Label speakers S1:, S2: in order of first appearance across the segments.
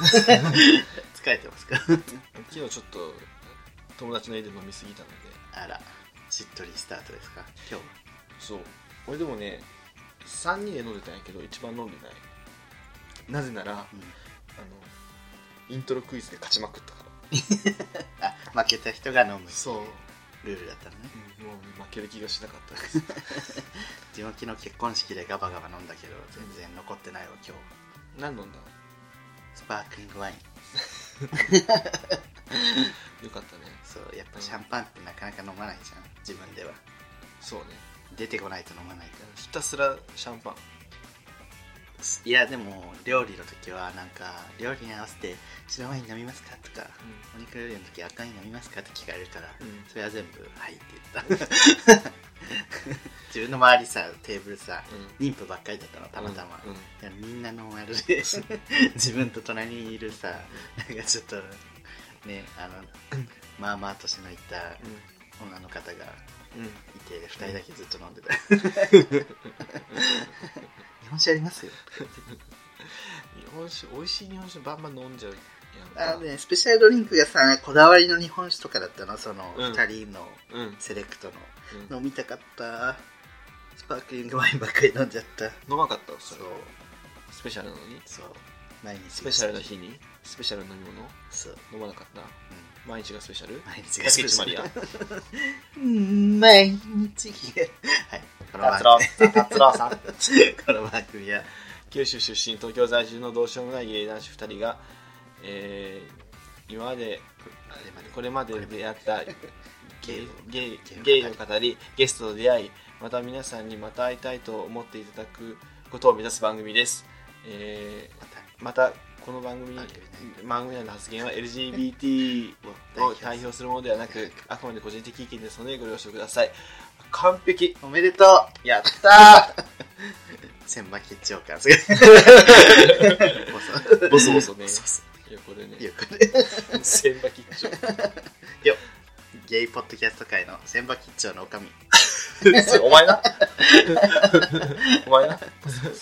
S1: 疲れてますか
S2: 昨日ちょっと友達の家で飲みすぎたので
S1: あらしっとりスタートですか今日も
S2: そう俺でもね3人で飲んでたんやけど一番飲んでないなぜならあのイントロクイズで勝ちまくったから
S1: あ負けた人が飲む
S2: そう、
S1: ルールだったのね
S2: うんもう、負ける気がしなかったです
S1: 地元の結婚式でガバガバ飲んだけど全然残ってないわ今日
S2: 何飲んだ
S1: スパークリングワイン
S2: よかったね
S1: そうやっぱシャンパンってなかなか飲まないじゃん自分では
S2: そうね
S1: 出てこないと飲まないから
S2: ひたすらシャンパン
S1: いやでも料理の時はなんか料理に合わせて白ワイン飲みますかとかお肉料理の時赤ワイン飲みますかって聞かれるから、
S2: うん
S1: それは全部「はい」って言った 自分の周りさテーブルさ妊婦ばっかりだったのたまたま、
S2: うんうん
S1: でもみんなノンアルで自分と隣にいるさなんかちょっとねあのまあまあ年のいった女の方が
S2: うん、うん
S1: いて2人だけずっと飲んでた日本酒ありますよ
S2: 日本酒美味しい日本酒バンバン飲んじゃうや
S1: あ
S2: ん
S1: の
S2: か
S1: ね、スペシャルドリンクがさ、こだわりの日本酒とかだったの、その、
S2: うん
S1: 2人の
S2: うん、うん、
S1: セレクトの。飲みたかった。スパークリングワインばっかり飲んじゃった。
S2: 飲まなかった
S1: そ
S2: そ
S1: う
S2: れ、スペシャルなのに
S1: そう。毎日。
S2: スペシャルな日にスペシャルな飲み物
S1: そう。
S2: 飲まなかった
S1: う
S2: 毎日がスペシャル
S1: ん、毎日
S2: 竹
S1: がスペ
S2: 内
S1: シ
S2: ま
S1: ャ
S2: り
S1: ル
S2: や。
S1: うん、毎日が。はい。この番組。
S2: さん達郎さん
S1: この番組は、
S2: 九州出身東京在住のどうしようもない芸男子2人が、えー今まで
S1: あれまで。
S2: これまで出会ったゲイ
S1: 芸を
S2: ゲイゲ
S1: ゲ
S2: イ
S1: イ
S2: の
S1: の
S2: 語りゲストと出会いまた皆さんにまた会いたいと思っていただくことを目指す番組です、え
S1: また、
S2: ーまたこの番組
S1: 番組
S2: 番組内の発言は LGBT を代表するものではなくあくまで個人的意見ですのでご了承ください完璧
S1: おめでとうやったー 千葉吉兆感すごい。ボソ
S2: ボソボソね
S1: ボソボソ
S2: いやこれね
S1: いやこれ
S2: 千葉吉兆
S1: ゲイポッドキャスト界の千葉吉兆のおかみ。
S2: お前なお前な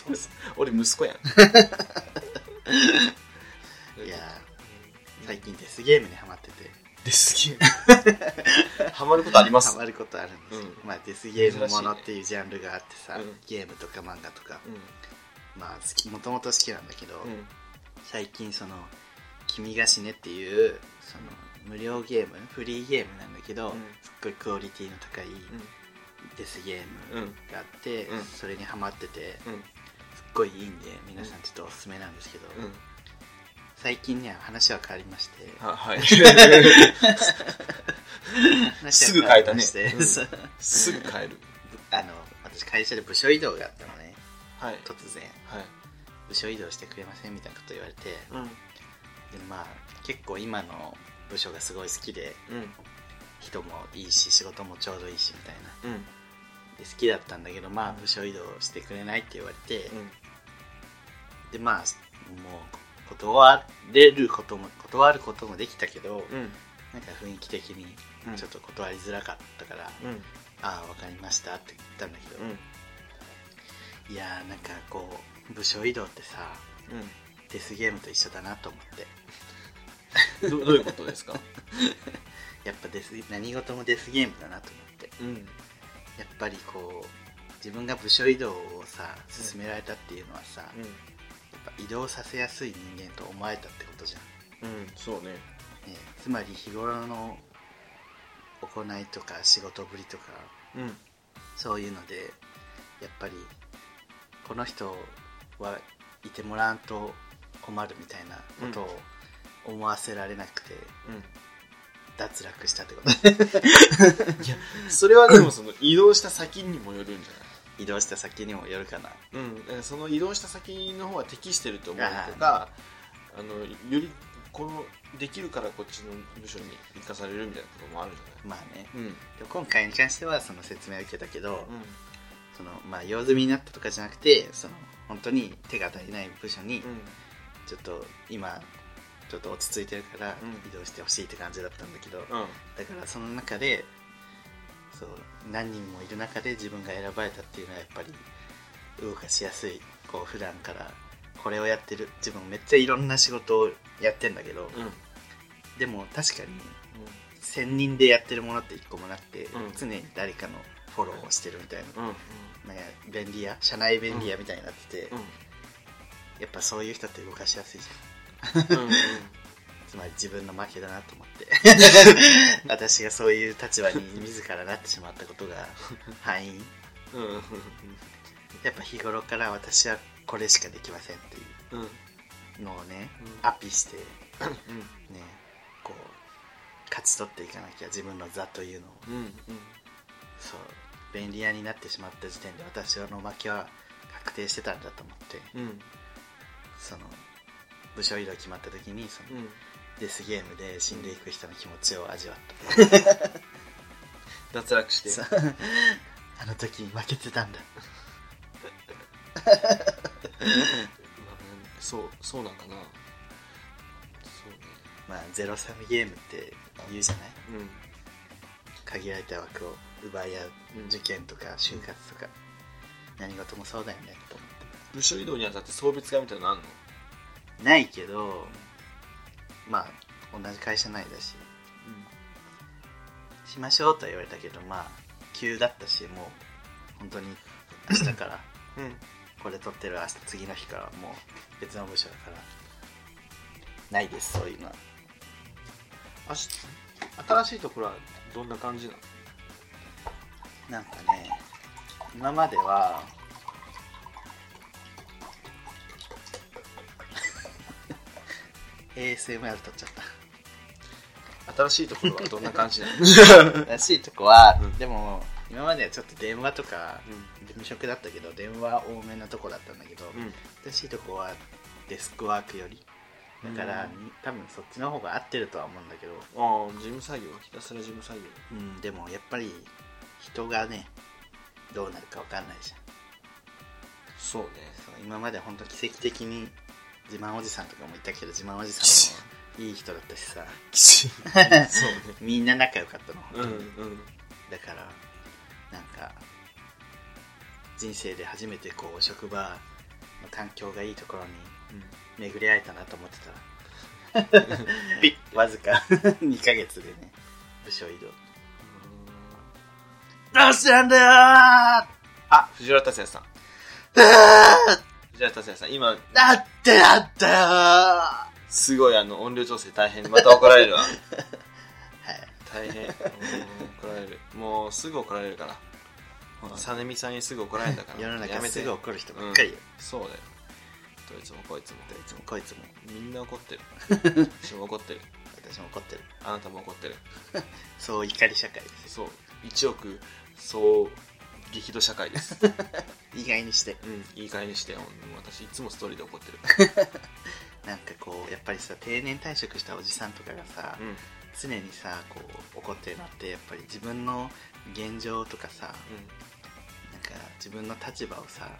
S2: 俺息子やん
S1: いやー最近デスゲームにハマってて、
S2: デスゲームハマることあります
S1: ハマることあるんですよ、
S2: う
S1: まあデスゲームものっていうジャンルがあってさ、
S2: 珍しいねうん
S1: ゲームとか漫画とか、
S2: うん
S1: まあ好き、もともと好きなんだけど、
S2: うん
S1: 最近その、君が死ねっていう、その、無料ゲーム、フリーゲームなんだけど、
S2: うん
S1: すっごいクオリティの高いデスゲー
S2: うんう
S1: ム
S2: ん
S1: があって、
S2: うん
S1: それにハマってて、
S2: うん
S1: すっごいいいんで、皆さんちょっとおすすめなんですけど、
S2: うん
S1: 最近ね、話は変わりまして、
S2: ははい
S1: 話はわりまして
S2: すぐ変えたね
S1: そう
S2: すぐ帰る
S1: あの私会社で部署移動があったのね
S2: はい
S1: 突然
S2: はい
S1: 部署移動してくれませんみたいなこと言われて
S2: うん
S1: でまあ結構今の部署がすごい好きで
S2: うん
S1: 人もいいし仕事もちょうどいいしみたいな
S2: うん
S1: で好きだったんだけどまあ部署移動してくれないって言われて、
S2: うん
S1: でまあもう断れることも断ることもできたけど、
S2: うん
S1: なんか雰囲気的に
S2: うん
S1: ちょっと断りづらかったから、
S2: うん
S1: ああ分かりましたって言ったんだけど、
S2: うん
S1: いやーなんかこう部署移動ってさデスゲームと一緒だなと思って
S2: うんどどういうことですか
S1: やっぱデス何事もデスゲームだなと思って
S2: うん
S1: やっぱりこう自分が部署移動をさ進められたっていうのはさ、
S2: う
S1: やっ
S2: ん
S1: ぱ移動させやすい人間と思われたってことじゃん、
S2: うんそうね
S1: ねつまり日頃の行いとか仕事ぶりとか
S2: うん
S1: そういうのでやっぱりこの人はいてもらわんと困るみたいなことを思わせられなくて
S2: う
S1: 脱落したってこと
S2: んいやそれはでもその移動した先にもよるんじゃない
S1: 移動した先にもよるかな
S2: うん、えーその移動した先の方は適してると思うとかあのよりこのできるからこっちの部署に生かされるみたいなこともあるんじ
S1: まあね
S2: ゃない
S1: で今回に関してはその説明を受けたけど、
S2: うん
S1: そのまあ、用済みになったとかじゃなくてその本当に手が足りない部署に
S2: うん
S1: ちょっと今ちょっと落ち着いてるから
S2: うん
S1: 移動してほしいって感じだったんだけど、
S2: うん
S1: だからその中でそう何人もいる中で自分が選ばれたっていうのはやっぱり動かしやすいこう普段からこれをやってる自分めっちゃいろんな仕事をやってんだけど、
S2: うん
S1: でも確かに専任でやってるものって一個もなくて、
S2: うん
S1: 常に誰かのフォローをしてるみたいな,、
S2: うんうん
S1: なんか便利屋社内便利屋みたいになってて、
S2: うん
S1: やっぱそういう人って動かしやすいじ
S2: うんう
S1: ゃ
S2: ん
S1: んつまり自分の負けだなと思って 私がそういう立場に自らなってしまったこと が敗因
S2: うんうん
S1: やっぱ日頃から私はこれしかできませんってい
S2: うん
S1: うのをね
S2: うん
S1: アピして
S2: うん
S1: ねこう勝ち取っていかなきゃ自分の座というのを
S2: うんうん
S1: そう便利屋になってしまった時点で私の負けは確定してたんだと思って
S2: うん
S1: その部署移動決まった時にその、
S2: うん
S1: デスゲームで死んでいく人の気持ちを味わっ
S2: 脱落し
S1: て
S2: て
S1: そう あの時負けてたんだ
S2: まあねそうそうなんかなそうね
S1: まあゼロサムゲームって言うじゃない
S2: うん
S1: 限られた枠を奪い合う
S2: うん
S1: 受験とか就活とか、何事もそうだよねと思って
S2: 部署移動にあたって送別会みたいなのあんの
S1: ないけどまあ同じ会社内だししましょうとは言われたけどまあ急だったしもう本当に明日から
S2: うんうん
S1: これ撮ってる明日次の日からはもう別の部署だからないですそういうのは
S2: あし新しいところはどんな感じなの
S1: なんかね今までは ASMR 撮っちゃった
S2: 新しいところはどんな感 じなの
S1: らしいとこは、
S2: うん
S1: でも今まではちょっと電話とか
S2: う
S1: 無職だったけど電話多めなとこだったんだけど、
S2: んうん
S1: 新しいとこはデスクワークよりだから、
S2: うん
S1: 多分そっちの方が合ってるとは思うんだけど、
S2: ああ事務作業ひたすら事務作業
S1: うん、でもやっぱり人がねどうなるか分かんないじゃん
S2: そうね
S1: そう今まで本当奇跡的に自慢おじさんとかもいたけど自慢おじさんもいい人だったしさ
S2: そうね
S1: みんな仲良かったの本
S2: う
S1: 当
S2: ん
S1: に、
S2: うん
S1: だからなんか人生で初めてこう職場の環境がいいところに巡り会えたなと思ってたらピッわずか 2ヶ月でね部署移動どうしたんだよー
S2: あ藤原竜也さん藤原竜也さん今
S1: だってだったよーは
S2: すごいあの音量調整大変また怒られる わ大変うん怒られるもうすぐ怒られるからさねみさんにすぐ怒られたか
S1: い世
S2: ら
S1: の
S2: や
S1: 中
S2: めて
S1: すぐ怒る人ばっかりよ、
S2: そうだよどいつもこいつも
S1: いつもこいつも
S2: みんな 怒ってる私も怒ってる
S1: 私も怒ってる
S2: あなたも怒ってる
S1: そう怒り社会です
S2: そう1億総激怒社会です
S1: 意外にして
S2: うんいい加減にしてほんと私いつもストーリーで怒ってる
S1: なんかこうやっぱりさ定年退職したおじさんとかがさ、
S2: うんうん
S1: 常にさこう怒ってるのってやっぱり自分の現状とかさなんか自分の立場をさ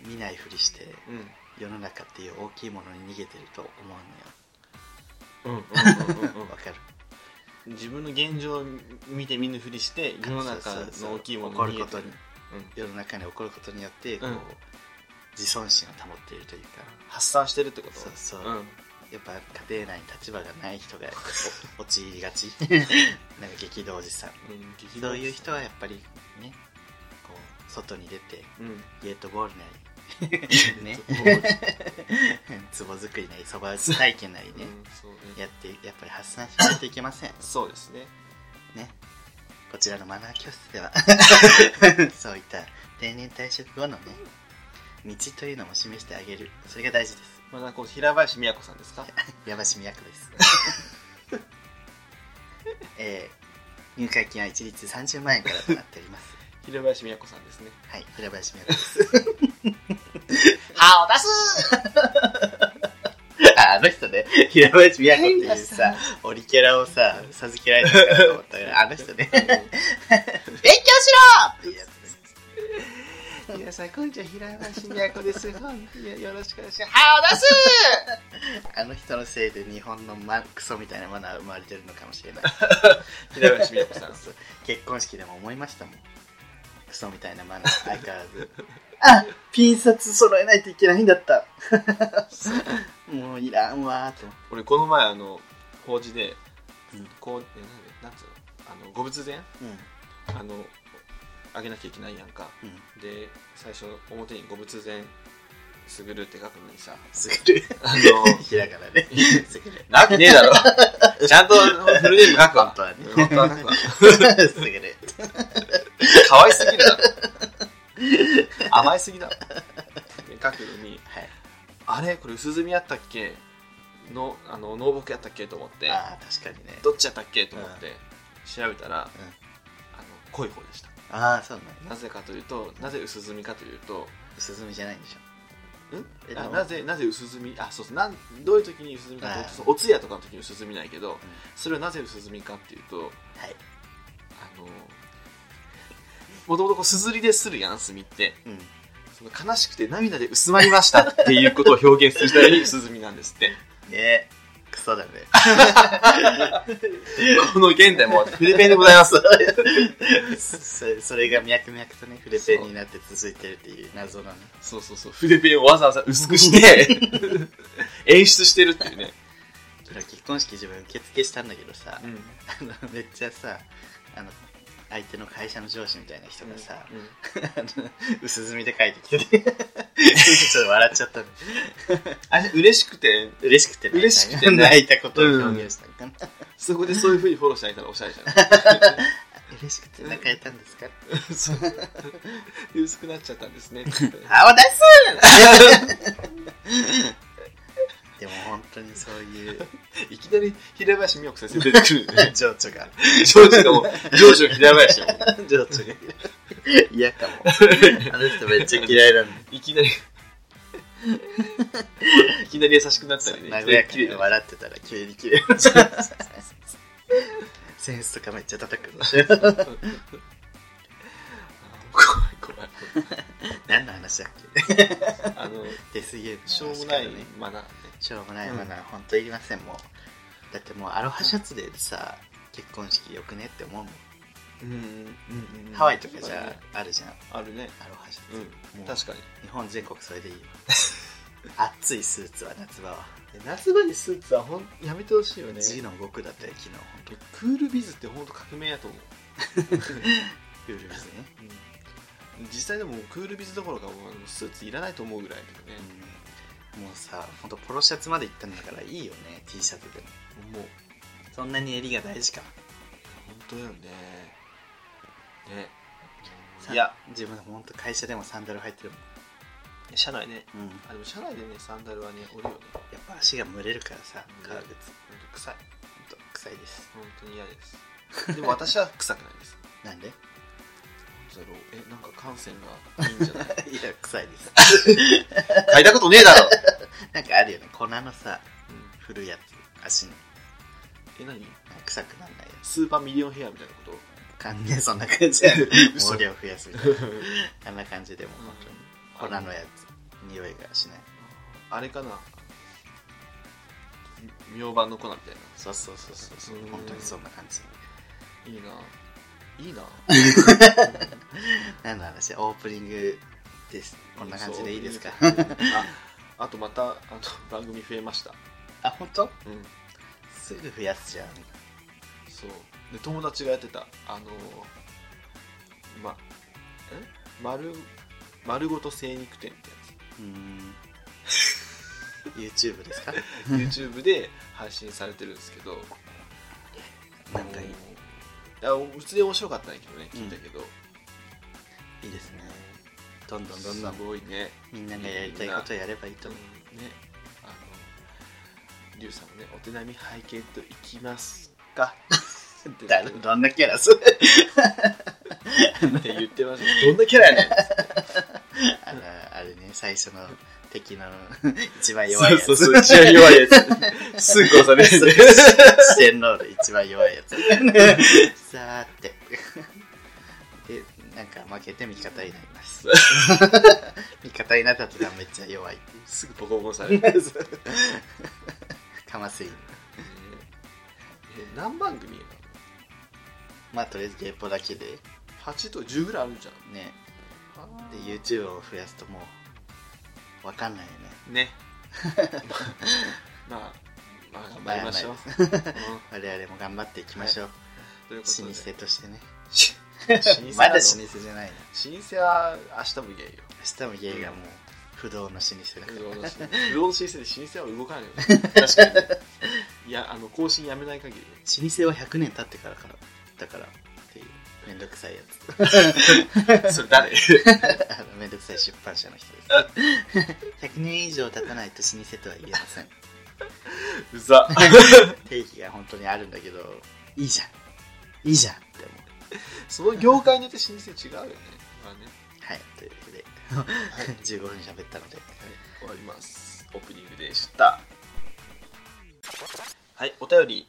S1: 見ないふりして
S2: うんうん
S1: 世の中っていう大きいものに逃げてると思うのよ
S2: うんうんうん
S1: わかる
S2: うん自分の現状を見て見ぬふりして世の中
S1: そうそうそう
S2: の大きいも
S1: 怒
S2: の
S1: る
S2: に
S1: こ
S2: 逃げ
S1: と
S2: て
S1: に
S2: る
S1: 世の中に起こることによってこう、
S2: うん
S1: 自尊心を保っているというか
S2: 発散してるってこと
S1: そうそう
S2: うん
S1: やっぱ家庭内に立場がない人がお 陥りがちなんか激動おじさん
S2: うん激怒
S1: そういう人はやっぱりねこう外に出て
S2: うん
S1: ゲートボールなり ね
S2: そうね
S1: 壺作りなりそば打ち体験なりね、
S2: そうね
S1: やってやっぱり発散しないといけません
S2: そうですね
S1: ねこちらのマナー教室ではそういった定年退職後のね道というのも示してあげるそれが大事です
S2: まだこう平林美也子さ んですか
S1: 山市宮区ですえー入会金は一律30万円からとなっております
S2: 平林美也子さんですね
S1: はい平林宮区です
S2: 歯を出す
S1: ああの人ね平林宮子っていう
S2: 平
S1: さオリキャラをさ授けられたからと思ったからあの人 ね勉強しろっていうやつね
S2: 皆さん、こんにちは、平林美也子です。よろしくお願いします。
S1: あ出すあの人のせいで日本のマクソみたいなマナー生まれてるのかもしれない
S2: 平林美也子さん。
S1: そう結婚式でも思いましたもんクソみたいなマナー相変わらずあピン札揃えないといけないんだったもういらんわーと
S2: 俺この前あの法事で、
S1: うん
S2: こうえなんでなんつうのあのご仏前
S1: うん
S2: あのあげなきゃいけないやんか
S1: うん
S2: で最初表に「ご仏前すぐる」って書くのにさ
S1: すぐる
S2: あの
S1: ひらがな ねすぐる
S2: なわけねえだろ ちゃんとフルネーム書くわ
S1: 本当はね
S2: 本当は書くわ
S1: すぐる
S2: かわいすぎるだろ甘えすぎだろで書くのに
S1: はい
S2: あれこれ薄墨やったっけのあの農木やったっけと思って
S1: ああ確かにね
S2: どっちやったっけと思って調べたら、
S1: うん
S2: あの濃い方でした
S1: ああそうなの
S2: なぜかというとなぜ薄墨かというと
S1: すずみじゃないんでしょえ
S2: あ
S1: でも
S2: なぜなぜ薄墨あそうそうなんどういう時に薄墨かというと
S1: あー
S2: そうお通夜とかの時に薄墨ないけど、それはなぜ薄墨かっていうと
S1: はい
S2: あのもともとこうすずりでするやん墨って
S1: うん
S2: その悲しくて涙で薄まりましたっていうことを表現するために薄墨なんです って
S1: ねクソだね
S2: この現代も筆ペンでございます
S1: そそれが脈々とね筆ペンになって続いてるっていう謎のね
S2: そうそうそう筆ペンをわざわざ薄くして演出してるっていうね、
S1: 昨日結婚式自分受付したんだけどさ、
S2: ん、
S1: あのめっちゃさあの相手の会社の上司みたいな人がさ、あの薄墨で書いてきててちょっと笑っちゃったの
S2: あれ嬉しくて
S1: 嬉しくて泣いた
S2: 嬉しくてね
S1: 泣いたことを表現したのかな、
S2: そこでそういうふうにフォローしてあげたらおしゃれじゃない
S1: 嬉しくて泣かれたんですか、
S2: そう薄くなっちゃったんですね。
S1: 泡出すでも本当にそういう
S2: いきなり平林美代子先生出てくる、ね。
S1: 情緒が
S2: 上司がもう、上司の平林よ。
S1: 情緒が嫌かもあの人めっちゃ嫌いなんだ
S2: いき なり。いきなり優しくなったりね。いきな
S1: 和や
S2: り
S1: か
S2: 綺麗
S1: に
S2: な
S1: 笑ってたら急に切れるセンスとかめっちゃ叩くの
S2: 怖い怖い
S1: 何の話だっけ
S2: 怖い。あの、
S1: デスゲーム
S2: しょうもない
S1: ね
S2: マナーね。
S1: しょうもないものは本当いりませんもうだってもうアロハシャツでさ結婚式よくねって思うもん、
S2: うんうんうん
S1: ハワイとかじゃあるじゃん
S2: あるね。
S1: アロハシャツ、
S2: うん。
S1: もう
S2: 確かに。
S1: 日本全国それでいいよ暑いスーツは夏場は、
S2: 夏場にスーツはほんやめてほしいよね。
S1: 字の僕だったよ昨日
S2: クールビズってほんと革命や と思う。
S1: ルールですね、
S2: 実際でもクールビズどころかもうあのスーツいらないと思うぐらいだけどね、
S1: うん、もうさ本当ポロシャツまで行ったんだからいいよね T シャツでも
S2: もう
S1: そんなに襟が大事か
S2: 本当だよねね
S1: さ
S2: いや
S1: 自分本当会社でもサンダル履いてるも
S2: 車内ね
S1: ん、
S2: あでも車内でねサンダルはねおるよねほん
S1: やっぱ足が蒸れるからさ革靴
S2: と臭い
S1: ほんと臭いです
S2: 本当に嫌ですでも私は臭くない です
S1: なんでい
S2: それをえなんか感染 がいいんじゃない
S1: や臭いです
S2: 嗅いだことねえだ ろ、
S1: なんかあるよね粉のさ
S2: うん
S1: 振るやつ足に
S2: え何
S1: 臭くなんないや
S2: スーパーミリオンヘアみたいなこと
S1: つ完全そんな感じや
S2: 嘘
S1: 毛量増やすみ たいなあんな感じでも本当に粉のやつ匂いがしない
S2: あれかな明晩の粉みたいな
S1: そうそうそうそう
S2: うん
S1: 本当にそんな感じ
S2: いいないいな
S1: 何の話オープニングですこんな感じでいいですか
S2: そういいですああとまたあの番組増えました
S1: あ本当
S2: うん
S1: すぐ増やすじゃん
S2: そうで友達がやってたあのまえ丸丸ごと精肉店ってや
S1: うーん YouTube ですか
S2: つ YouTube で配信されてるんですけど
S1: なんかいい
S2: あのいや普通に面白かったんやけどね聞いたけど、
S1: いいですねどんどんどんどん
S2: すごいね
S1: みんながやりたいことをやればいいと
S2: うん
S1: 思う
S2: ねあのリュウさんもねお手並み拝見といきます かって
S1: だどんなキャ ラそれ
S2: って言ってましたどんなキャラやねん
S1: あのあれね最初の敵 の一番弱いやつ
S2: そうそうそう、治安弱いや つ。すぐ殺されるんで。
S1: 四天王で一番弱いや つさーてでなんか負けて味方になります 味方になった途端めっちゃ弱いってい
S2: すぐボコボコ される。
S1: うかますい
S2: え何番組や
S1: まあとりあえずゲッポだけで
S2: の ?8 と10ぐらいあるんじゃん。
S1: ね
S2: あ
S1: で YouTube を増やすともう分かんないよね
S2: ねまあまあ頑張りましょう、うん
S1: 我々も頑張っていきましょう、
S2: ということ
S1: 老
S2: で
S1: 舗としてね
S2: 老舗
S1: まだ老
S2: だ
S1: 舗
S2: ぞ
S1: じゃないな
S2: 老舗は明日も言えよ
S1: 明日も家がもう不動の老舗だから
S2: 不動の老舗不動の老舗で老舗は動か ないよね確かにいやあの更新やめない限り
S1: 老舗は100年経ってからからだからっていうめんどくさいやつ
S2: それ 誰
S1: あのめんどくさい出版社の人です100年以上経たないと老舗とは言えません
S2: うざ
S1: 定義が本当にあるんだけどいいじゃんいいじゃんって思う
S2: その業界によって老舗違うよねまあね
S1: はいということで 15分喋ったので
S2: はい、終わります。オープニングでした。はい、お便り、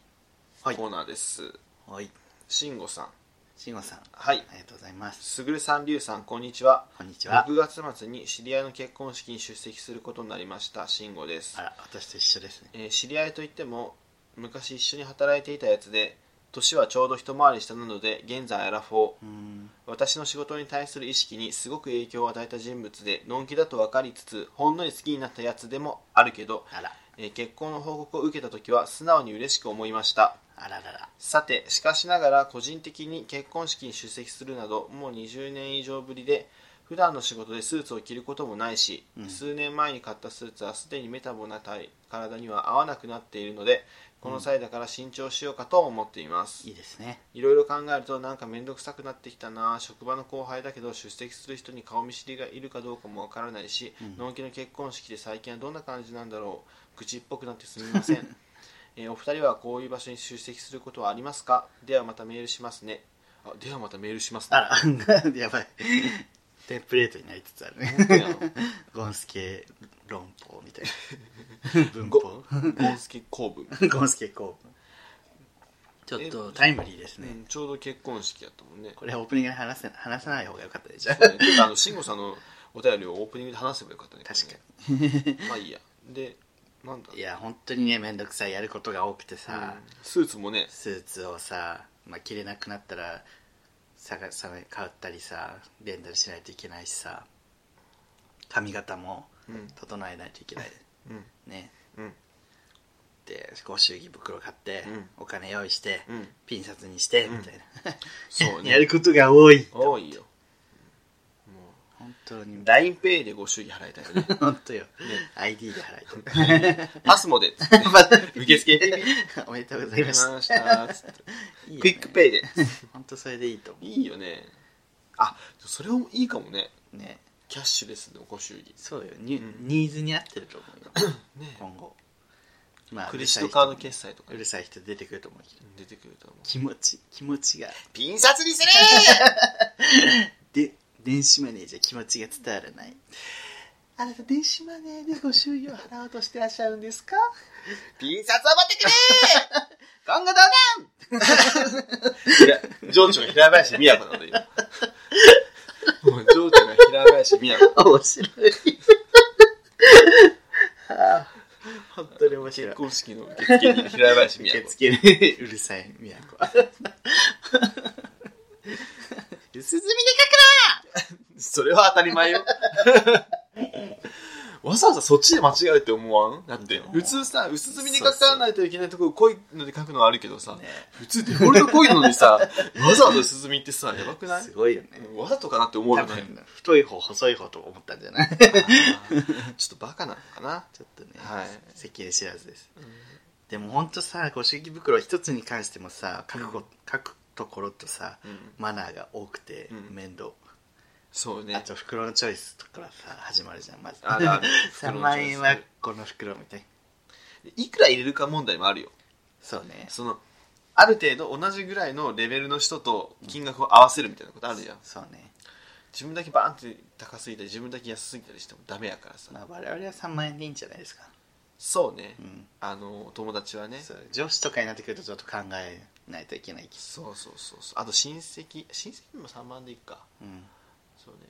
S1: はい
S2: コーナーです。
S1: はい
S2: しんごさん。
S1: 慎吾さんあ
S2: はい。
S1: りがとうございます
S2: すぐるさん、りゅうさん、こんにちは。
S1: こんにちは
S2: 6月末に知り合いの結婚式に出席することになりました、しんごです
S1: あ。ら私と一緒ですね
S2: えー知り合いといっても、昔一緒に働いていたやつで、年はちょうど一回り下なので、現在アラフォー。
S1: うーん
S2: 私の仕事に対する意識にすごく影響を与えた人物で、のんきだと分かりつつ、ほんのり好きになったやつでもあるけど、
S1: あら
S2: えー結婚の報告を受けた時は素直に嬉しく思いました
S1: あららら
S2: さてしかしながら個人的に結婚式に出席するなどもう20年以上ぶりで普段の仕事でスーツを着ることもないし、
S1: うん
S2: 数年前に買ったスーツはすでにメタボな体体には合わなくなっているのでこの際だから新調しようかと思っています、
S1: いいですね
S2: いろいろ考えるとなんか面倒くさくなってきたな職場の後輩だけど出席する人に顔見知りがいるかどうかもわからないし、
S1: うん
S2: のんきの結婚式で最近はどんな感じなんだろう愚痴っぽくなってすみ ません、えーお二人はこういう場所に出席することはありますかではまたメールしますねあではまたメールしますね
S1: あら やばいテンプレートになりつつあるね
S2: 本当やん
S1: ゴンスケ論法みたいな文法
S2: ゴンスケ公文、
S1: ゴンスケ公文ちょっとタイムリーです
S2: う
S1: ね、
S2: んちょうど結婚式やったもんね
S1: これオープニングで話せ話さない方が良かったでしょ
S2: そうねてかあの慎吾さんのお便りをオープニングで話せばよかったね
S1: 確か
S2: にまあいいやでなんだ
S1: いや本当にね面倒くさいやることが多くてさ、
S2: うんスーツもね
S1: スーツをさ、まあ、着れなくなったら探さない買ったりさレンタルしないといけないしさ髪型も
S2: うん
S1: 整えないといけない
S2: うん
S1: ね
S2: うん
S1: でご祝儀袋買って、
S2: うん
S1: お金用意して、
S2: うん
S1: ピン札にして、
S2: うん
S1: みたいな
S2: そうね
S1: やることが多い
S2: 多いよも
S1: 本当
S2: う
S1: に
S2: LINEPay でご祝儀払いたい よね
S1: 本当よ、ID で払いたい
S2: パスモでっつって受付
S1: おめでとうござ
S2: 入
S1: い
S2: り
S1: ま
S2: ま
S1: した
S2: したっつって
S1: いいよね
S2: クイックペイで
S1: 本当それでいいと思
S2: いいよねあそれもいいかもね
S1: うね
S2: キャッシュレスのご祝儀
S1: そうよニ,、
S2: うん
S1: ニーズに合ってると思う よ
S2: ね
S1: 今後ま
S2: クレジットカード
S1: うるさい
S2: 決済
S1: 人
S2: とか
S1: もうるさい人出てくると思うけど
S2: 出てくると思う
S1: 気持ち気持ちが
S2: ピン札にすれ
S1: で電子マネーじゃ気持ちが伝わらないあなた電子マネーでご祝儀を払おうとしてらっしゃるんですか
S2: ピン札を持ってくれ今後ど うなん情緒が平林美也子なんだよ今もう情緒が平林美也子
S1: 面白いはあ本当に面白
S2: 結
S1: い
S2: 婚式の受付に平林美
S1: 受
S2: 也子
S1: 付にうるさい宮子鈴
S2: それは当たり前よわざわざそっちで間違うって思わんだって普通さ薄墨で書かないといけないところ濃いので書くのはあるけどさ、
S1: ね
S2: 普通デフォルト濃いのにさわざわざ薄墨ってさやばくない
S1: すごいよね
S2: わざとかなって思う
S1: 多
S2: よね
S1: 分太い方細い方と思ったんじゃ ない
S2: あーちょっとバカなのかな
S1: ちょっとね、
S2: はい
S1: 世間知らずですでもほんとさご祝儀袋一つに関してもさ書くこ書くところとさ
S2: うん
S1: マナーが多くて
S2: うん
S1: 面倒、
S2: そう
S1: あ
S2: ね
S1: と袋のチョイスとかからさ始まるじゃんまず
S2: あるある
S1: 3万円はこの袋みたい
S2: いくら入れるか問題もあるよ
S1: そうね
S2: そのある程度同じぐらいのレベルの人と金額を合わせるみたいなことあるじゃん
S1: そうね
S2: 自分だけバーンって高すぎたり自分だけ安すぎたりしてもダメやからさ、
S1: まあ我々は3万円でいいんじゃないですか
S2: そうね、
S1: うん
S2: あのお友達はね
S1: そう上司とかになってくるとちょっと考えないといけない気
S2: そうそうそうそうあと親戚親戚にも3万でいっか
S1: うん
S2: そうね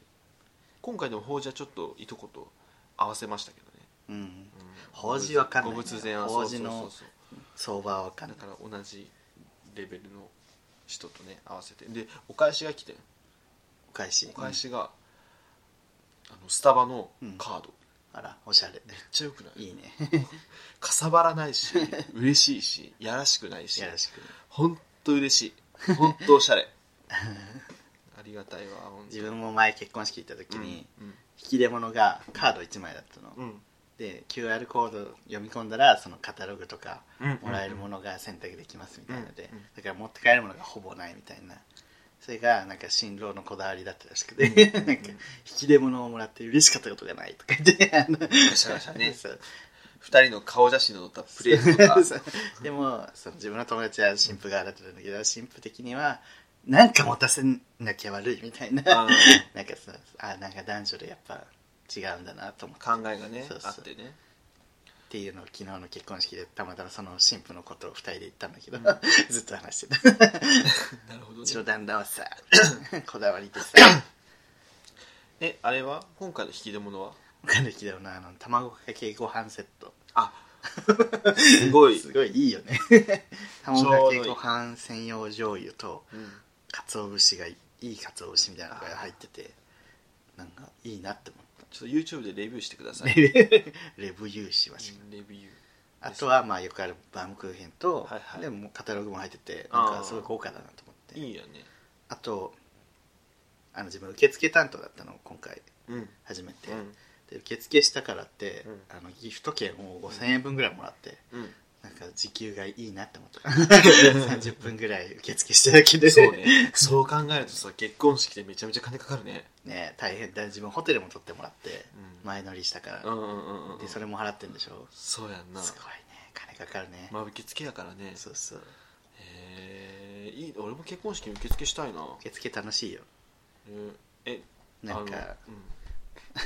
S2: 今回でも法事はちょっといとこと合わせましたけどね、
S1: うん
S2: うん
S1: 法事わかんないね
S2: ご仏前は
S1: 法事の
S2: そうそうそう
S1: 相場は分か
S2: そうん
S1: な
S2: だ
S1: い
S2: から同じレベルの人とね合わせてでお返しが来て
S1: お返し
S2: お返しが、あのスタバのカード、
S1: あらおし ゃれ
S2: めっちゃよくない
S1: いいね
S2: かさばらない し嬉しいしやらしくないし
S1: よろしく
S2: 本当嬉しい本当おしゃ れありがたいわ本当
S1: 自分も前結婚式行った時に、
S2: うん
S1: 引き出物がカード1枚だったの、
S2: うん
S1: で QR コード読み込んだらそのカタログとか
S2: うん
S1: もらえるものが選択できますみたいので、
S2: うんうん
S1: だから持って帰るものがほぼないみたいなそれがなんか新郎のこだわりだったらしくて、
S2: うん
S1: なんか引き出物をもらって嬉しかったことがないとか言ってあの
S2: ガシャガシャね
S1: そう
S2: 二人の顔写真の載ったプレー トとか
S1: そうでもその自分の友達は新婦側だったんだけど新婦的にはなんか持たせなきゃ悪いみたいな
S2: あ
S1: なんかさあなんか男女でやっぱ違うんだなと思って
S2: 考えがね
S1: そうそう
S2: あって ね
S1: っていうのを昨日の結婚式でたまたまその新婦のことを2人で言ったんだけど、
S2: うん
S1: ずっと話してた
S2: なるほ
S1: う
S2: どね
S1: ちの旦那はさこだわりでさ
S2: えあれは今回の引き出物は
S1: 他の日だよなあの卵かけご飯セット
S2: あ すごい
S1: すごいいい よね卵かけご飯専用醤油と
S2: うん
S1: 鰹節がいい鰹節みたいなのが入っててなんかいいなって思っ
S2: ちょっと YouTube でレビューしてくださ
S1: た
S2: い
S1: レビューしました
S2: うんレビュー
S1: あとはまあよくあるバームクーヘンと、
S2: はいはい
S1: でもカタログも入っててなんかすごい豪華だなと思って
S2: いいよね
S1: あとあの自分受付担当だったの今回
S2: うん
S1: 初めて、
S2: うん
S1: で受付したからって、
S2: うん
S1: あのギフト券を5000円分ぐらいもらって、
S2: うん
S1: なんか時給がいいなって思った 30分ぐらい受付しただけで
S2: そうねそう考えるとさ結婚式でめちゃめちゃ金かかるね
S1: ね大変だ自分ホテルも取ってもらって
S2: うん
S1: 前乗りしたから、
S2: うんうんうんうん
S1: でそれも払ってんでしょ
S2: そうやんな
S1: すごいね金かかるね、
S2: まあ受付やからね
S1: そうそう
S2: へえいい俺も結婚式受付したいな
S1: 受付楽しいよ
S2: うんえ
S1: なん
S2: あ
S1: か
S2: のうん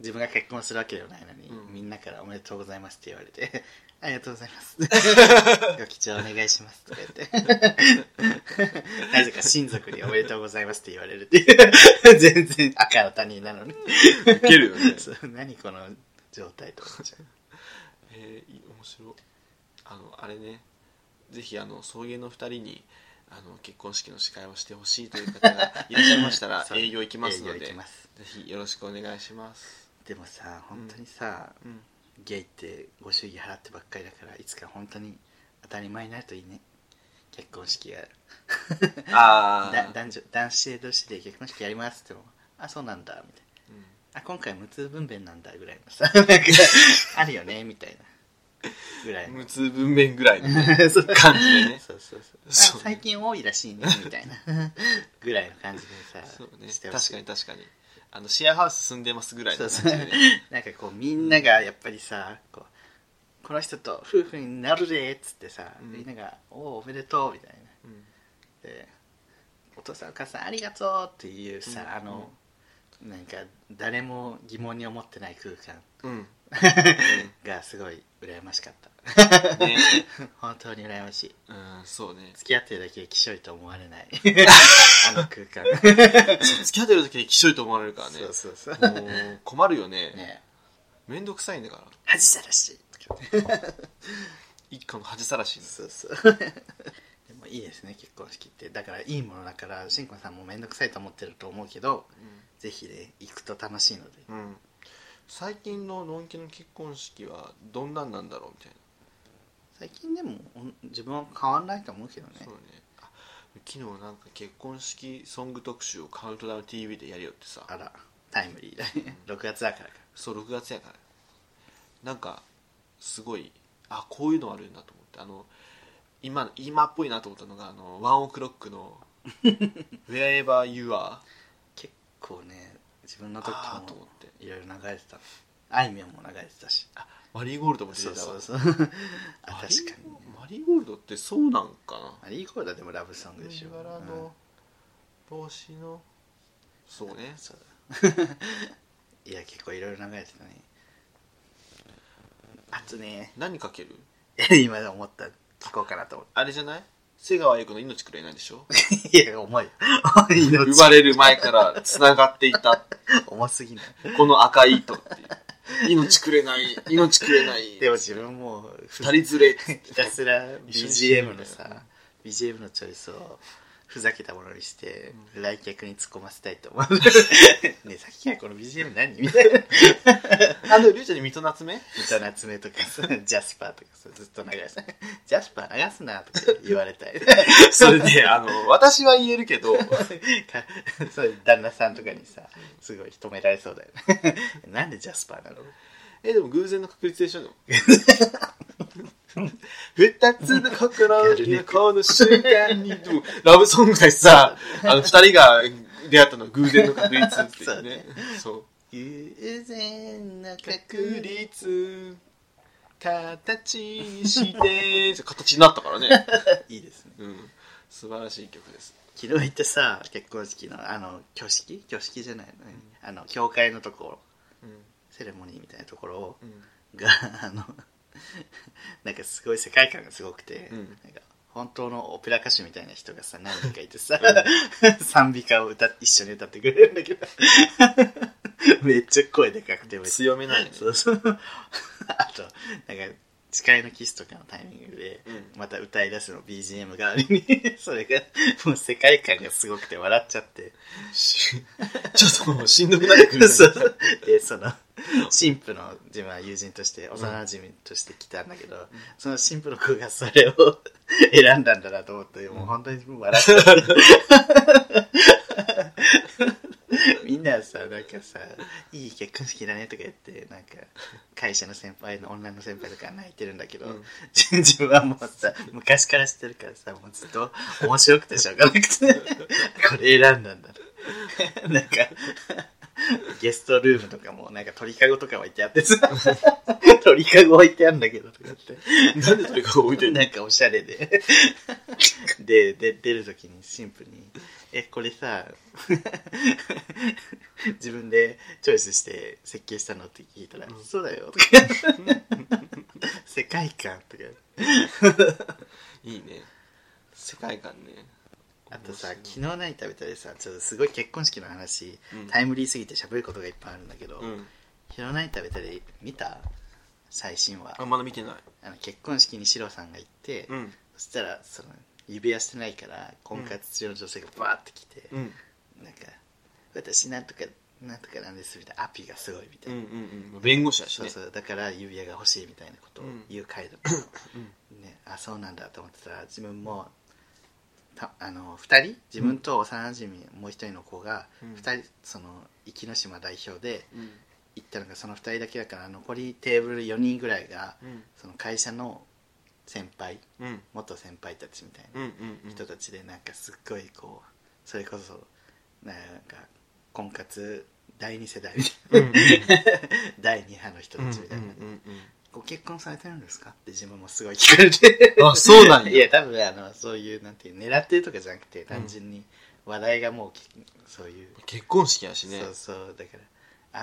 S1: 自分が結婚するわけではないのに、
S2: うん
S1: みんなから「おめでとうございます」って言われて 「ありがとうござい ます」「ご記帳お願いします」とか言って なぜか親族に「おめでとうございます」って言われるっていう 全然赤の他人なのに
S2: ウケるよね
S1: そう何この状態と思っちゃう
S2: えー、いい面白いあのあれねぜひあの送迎の2人にあの結婚式の司会をしてほしいという方がいらっしゃいました ら
S1: そう
S2: 営業行きますの
S1: 営業
S2: で
S1: 行きます
S2: ぜひよろしくお願いします
S1: でもさ本当にさ、
S2: うん
S1: ゲイってご祝儀払ってばっかりだからいつか本当に当たり前になるといいね結婚式が
S2: あ
S1: だ男女男性同士で結婚式やりますって言っても「あそうなんだ」みたいなあ今回無痛分娩なんだぐらいのさ なんかあるよねみたいなぐらいの
S2: 無痛分娩ぐらいのね
S1: そう
S2: 感じ でね
S1: そうそうそうあ
S2: そう
S1: 最近多いらしいねみたいな ぐらいの感じでさ
S2: そうね
S1: してほし
S2: 確
S1: い
S2: かに確かにあのシェアハウス住んでますぐらい
S1: そ
S2: の
S1: う
S2: 感
S1: そう
S2: じでね
S1: なんかこうみんながやっぱりさこうこの人と夫婦になるでっつってさ、
S2: うん
S1: みんなが「おおおめでとう」みたいな
S2: うん
S1: でお父さんお母さんありがとう」っていうさ、
S2: うん
S1: あのなんか誰も疑問に思ってない空間
S2: うん、
S1: がすごい羨ましかった
S2: うんね、
S1: 本当に羨ましい
S2: うんそうね
S1: 付き合ってるだけできしょいと思われないあ の空間
S2: そう付き合ってる時にきしょいと思われるからね
S1: そうそうそう
S2: もう困るよね
S1: ね
S2: めんどくさいんだから
S1: 恥さらしいとかね
S2: 一家の恥さらしいの
S1: そうそう でもいいですね結婚式ってだからいいものだからしんこさんも面倒くさいと思ってると思うけどぜひね行くと楽しいので
S2: うん、最近ののんきの結婚式はどんなんなんだろうみたい
S1: 最近でもおん自分は変わんないと思うけどね
S2: な、そうねあ昨日なんか結婚式ソング特集をカウントダウン TV でやりよってさ
S1: あらタイムリーだ ね6月だからか
S2: そう6月やからなんかすごいあこういうのあるんだと思ってあの今今っぽいなと思ったのがあのワンオクロッ クの「Wherever You Are
S1: 結構ね自分」の時
S2: あーと思
S1: も
S2: って
S1: いろいろ流れてたあいみょんも流れてたし
S2: マリーゴールドも出てた
S1: そ
S2: わ
S1: うそうそう あ確かにね
S2: マリーゴールドってそうなんかな
S1: マリーゴールドはでもラブソングでし
S2: 藤
S1: ょ
S2: 原
S1: うん
S2: の帽子のそうね
S1: そうだいや結構いろいろ流れてたねあとね
S2: 何かける
S1: 今思った聞こうかなと思っ
S2: あれじゃない瀬川優子の命くれないでしょ
S1: て いや重いよ命
S2: 生まれる前からつながっていた
S1: 重すぎない
S2: この赤い糸っていう命くれない命くれない
S1: でも自分もう
S2: 二人連れ
S1: ひたすら
S2: 一緒に死
S1: BGM
S2: ぬんだ
S1: の
S2: よ
S1: さ BGM のチョイスをふざけたものにして、来 客に突っ込ませたいと思うねえさっきからこの BGM 何みたいな
S2: あのりゅうちゃんに水戸夏目
S1: 糸夏目とかさジャスパーとかさずっと流して「ジャスパー流すな」とか言われたい
S2: それであの私は言えるけど
S1: かそう旦那さんとかにさすごい止められそうだよね なんでジャスパーなの
S2: えでも偶然の確率でしょでも 二つの心のこの瞬間にでもラブソングでさあの二人が出会ったのは偶然の確率っていうねそう
S1: 偶然の
S2: 確
S1: 確率
S2: 率形にして形になったからね、
S1: いいですね
S2: うん、素晴らしい曲です
S1: 昨日行ってさ結婚式のあの挙式挙式じゃないのね、あの教会のところ
S2: うん
S1: セレモニーみたいなところを
S2: うん
S1: があの なんかすごい世界観がすごくて、
S2: うん
S1: なんか本当のオペラ歌手みたいな人がさ何人かいてさ、 賛美歌を歌っ一緒に歌ってくれるんだけど めっちゃ声でかくてめっちゃ
S2: 強めなんやね
S1: そうそう あとなんか誓いのキスとかのタイミングで、
S2: う
S1: また歌い出すの BGM 代わりに それがもう世界観がすごくて笑っちゃって
S2: しちょっともうしんどくなってくるね
S1: そうでその神父の自分は友人として幼馴染として来たんだけど、その神父の子がそれを選んだんだなと思ってもう本当にもう笑っちゃった みんなさなんかさ「いい結婚式だね」とか言ってなんか会社の先輩の女の先輩とか泣いてるんだけど、
S2: うん
S1: 自分はもうさ昔から知ってるからさもうずっと面白くてしょうがなくてこれ選んだんだなんか ゲストルームとかもなんか鳥かごとか置いてあってさ 鳥かご置いてあるんだけどとかって
S2: なんでとにかく置いてんの
S1: なんかおしゃれで でで出る時にシンプルに「えこれさ 自分でチョイスして設計したの?」って聞いたら「
S2: うん
S1: そうだよ」 とか「世界観」とか
S2: いいね世界観ね
S1: あとさ
S2: 面
S1: 昨
S2: 白い
S1: 日何食べたでさちょっとすごい結婚式の話、
S2: うん
S1: タイムリーすぎて喋ることがいっぱいあるんだけど、
S2: うん
S1: 昨日何食べたで見た最新話
S2: あまだ見てない
S1: あの結婚式にシロさんが行って、
S2: うん
S1: そしたらその指輪してないから婚活中の女性がバーって来て、
S2: うん
S1: なんか「私なんとかなんとかなんです」みたいなアピがすごいみた
S2: う
S1: い
S2: ん
S1: な、
S2: うん弁護士だし
S1: そう
S2: ね
S1: そうだから指輪が欲しいみたいなことを言う 回だったの、ね、あそうなんだと思ってたら自分もたあの2人自分と幼馴染もう一人の子が
S2: うん
S1: 2人その壱岐島代表で
S2: うん
S1: 行ったのがその2人だけだから残りテーブル4人ぐらいが
S2: うん
S1: その会社の先輩
S2: うん
S1: 元先輩たちみたい
S2: うんう
S1: なん
S2: うん
S1: 人たちでなんかすっごいこうそれこそなんか婚活第2世代 みたいな第2派の人たちみたいな
S2: うんうんうん
S1: ご結婚されてるんですかって自分もすごい聞かれて
S2: うんあそうなんや
S1: いや多分あのそういうなんていう狙ってるとかじゃなくて単純に話題がもうきそういう、
S2: 結婚式やしね
S1: そうそうだから「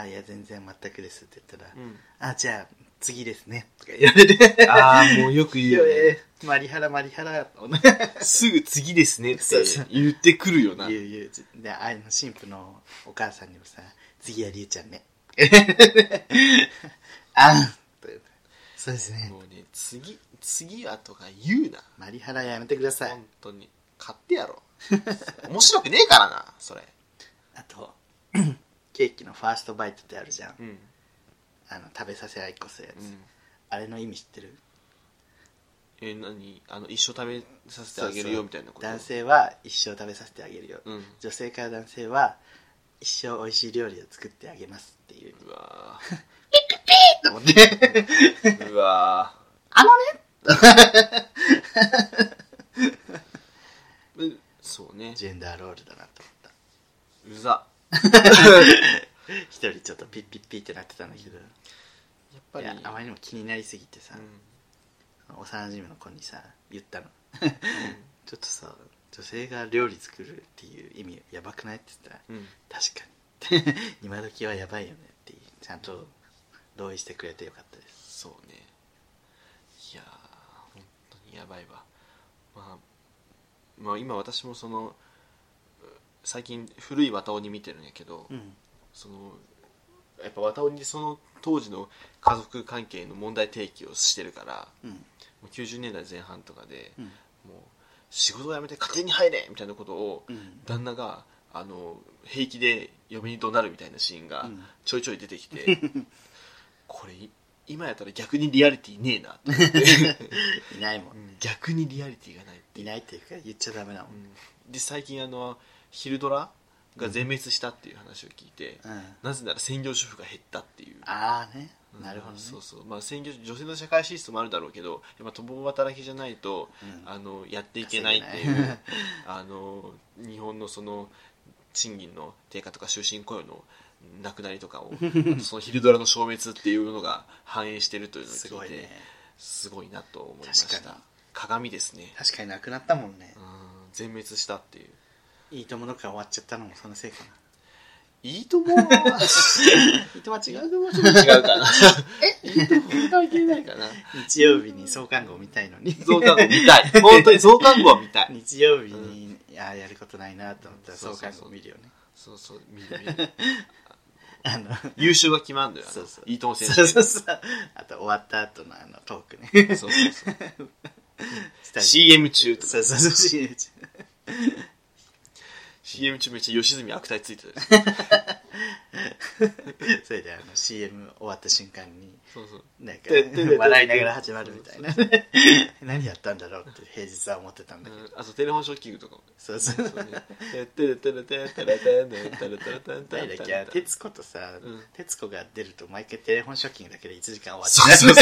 S1: あいや全然全くです」って言ったら「
S2: うん
S1: あじゃあ次ですね」とか言われて
S2: ああもうよく言うよ
S1: いやいや
S2: ね
S1: マリハラマリハラ」とね
S2: すぐ次ですねって
S1: そうそう
S2: 言ってくるよな
S1: 言う言うであの神父のお母さんにもさ「次はりゅうちゃんね」 あとそうですね
S2: もうね次次はとか言うな
S1: マリハラやめてください
S2: 本当に買ってやろ 面白くねえからなそれ
S1: あと ケーキのファーストバイトってあるじゃん
S2: うん
S1: あの食べさせ合いっこするやつ、あれの意味知ってる
S2: え何あの一生食べさせてあげるよみたいなこと
S1: 男性は一生食べさせてあげるよ、
S2: うん
S1: 女性から男性は一生美味しい料理を作ってあげますっていう
S2: うわ
S1: と思って
S2: ーうわあのね そうね
S1: ジェンダーロールだなと思った
S2: うざ
S1: 一人ちょっとピッピッピってなってたんだけど、
S2: やっぱ
S1: い
S2: り
S1: やあまりにも気になりすぎてさ、
S2: う
S1: 幼馴染の子にさ言ったの
S2: ん
S1: ちょっとさ女性が料理作るっていう意味やばくないって言ったら
S2: うんうん
S1: 確かに 今時はやばいよねってちゃんと同意してくれてよかったです
S2: そうねいやー本当にやばいわ、まあ、まあ今私もそのう最近古い綿鬼見てるんやけど、
S1: ん
S2: そのやっぱ綿鬼でその当時の家族関係の問題提起をしてるから
S1: うん
S2: もう90年代前半とかで、
S1: うん
S2: もう仕事を辞めて家庭に入れみたいなことを
S1: うん
S2: 旦那があの平気で嫁に怒鳴るみたいなシーンが
S1: うん
S2: ちょいちょい出てきて、これい今やったら逆にリアリティねえなって
S1: いないもん、
S2: 逆にリアリティがないって
S1: いないっていうか言っちゃダメだもん、
S2: で最近あの昼ドラが全滅したっていう話を聞いて、
S1: うん、
S2: なぜなら専業主婦が減ったっていう
S1: ああねなるほど
S2: うん
S1: ね、
S2: そうそうまあ専業女性の社会進出もあるだろうけどやっぱ共働きじゃないと、
S1: うん
S2: あのやっていけないってい
S1: 稼げな
S2: う
S1: い
S2: あの日本のその賃金の低下とか終身雇用のなくなりと かをその昼ドラの消滅っていうのが反映してるというのを聞いて
S1: すごいね
S2: すごいなと思いまし
S1: 確か
S2: た
S1: に
S2: 鏡ですね
S1: 確かになくなったもんね
S2: う、ん全滅したっていう
S1: いいとものか終わっちゃったのもそのせいかない
S2: いと もは
S1: いいともは違
S2: 違
S1: う
S2: うともはちょっと 違うかないいとも関係ないかな
S1: 日曜日に創刊号見たいのに
S2: 増刊号見たい本当に増刊号は見た い
S1: 日曜日に、ああやることないなと思ったら
S2: そう
S1: 創
S2: そうそう
S1: 刊号見るよね
S2: そうそう見る見る
S1: あの
S2: 優勝が決まるんだよあの
S1: そうそう
S2: いいとも先
S1: そ
S2: 生
S1: う
S2: の
S1: そうそうあと終わった後のあのトークね
S2: そうそうそう
S1: スタジ
S2: CM 中
S1: オ
S2: とか
S1: そうそうそう CM
S2: CM 中めっちゃ吉住悪態ついてたよ
S1: それであの CM 終わった瞬間に
S2: そうそう
S1: なんか
S2: ててて
S1: 笑いながら始まるみたいな何やったんだろうって平日は思ってたんだけど、
S2: あとテレフォンショッキングとかも
S1: そうそう
S2: そうねてってててててれてんてんてれてんてんてんてん
S1: 誰だっけあ徹子とさ、
S2: うん
S1: 徹子が出ると毎回テレフォンショッキングだけで1時間終わっ
S2: そうそうそ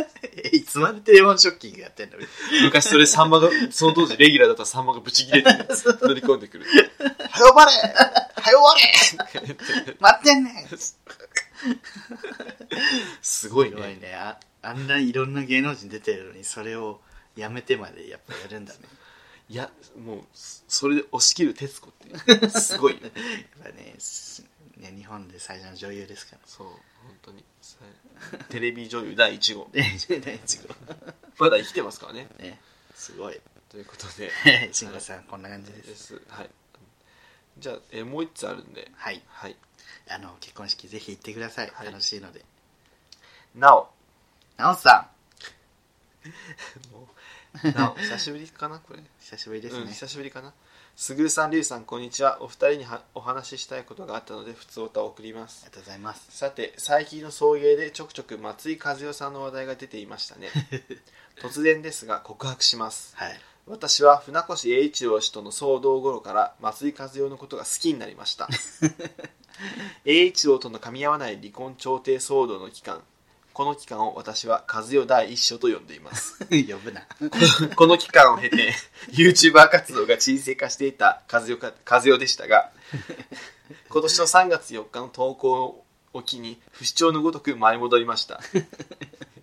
S2: う
S1: ていつまでテレフォンショッキングやってんのみた
S2: 昔それサンマがその当時レギュラーだったサンマがブチ切れて
S1: そう
S2: 乗り込んでくる「はよばれはよばれ!」
S1: いな待ってんねんす
S2: すごい
S1: ごい
S2: ね
S1: ねああんないろんな芸能人出てるのにそれをやめてまでやっぱやるんだね
S2: いやもうそれで押し切る徹子ってすごいよ
S1: やっぱねすね日本で最初の女優です から
S2: そう本当にさテレビ女優第1号
S1: ね第一号
S2: まだ生きてますからね
S1: ね すごい
S2: ということで
S1: 慎吾さんこんな感じで
S2: ですすはいじゃあ、えーもう一つあるんで
S1: はい
S2: はい
S1: あの結婚式ぜひ行ってください、
S2: はい
S1: 楽しいので
S2: なお
S1: なおさん
S2: もうなお 久しぶりかなこれ
S1: 久しぶりですね、
S2: うん、久しぶりかなすぐるさんりゅうさんこんにちはお二人にはお話ししたいことがあったので普通歌を送りま
S1: あり
S2: す
S1: がとうございます
S2: さて最近の送迎でちょくちょく松井和代さんの話題が出ていました ね突然ですが告白します
S1: はい
S2: 私は船越英一郎氏との騒動頃から松井和代のことが好きになりました英一郎との噛み合わない離婚調停騒動の期間この期間を私は和代第一章と呼んでいます
S1: 呼ぶな
S2: この期間を経て YouTuber 活動が沈静化していた和代か和代でしたが今年の3月4日の投稿を機に不死鳥のごとく舞い戻りましたい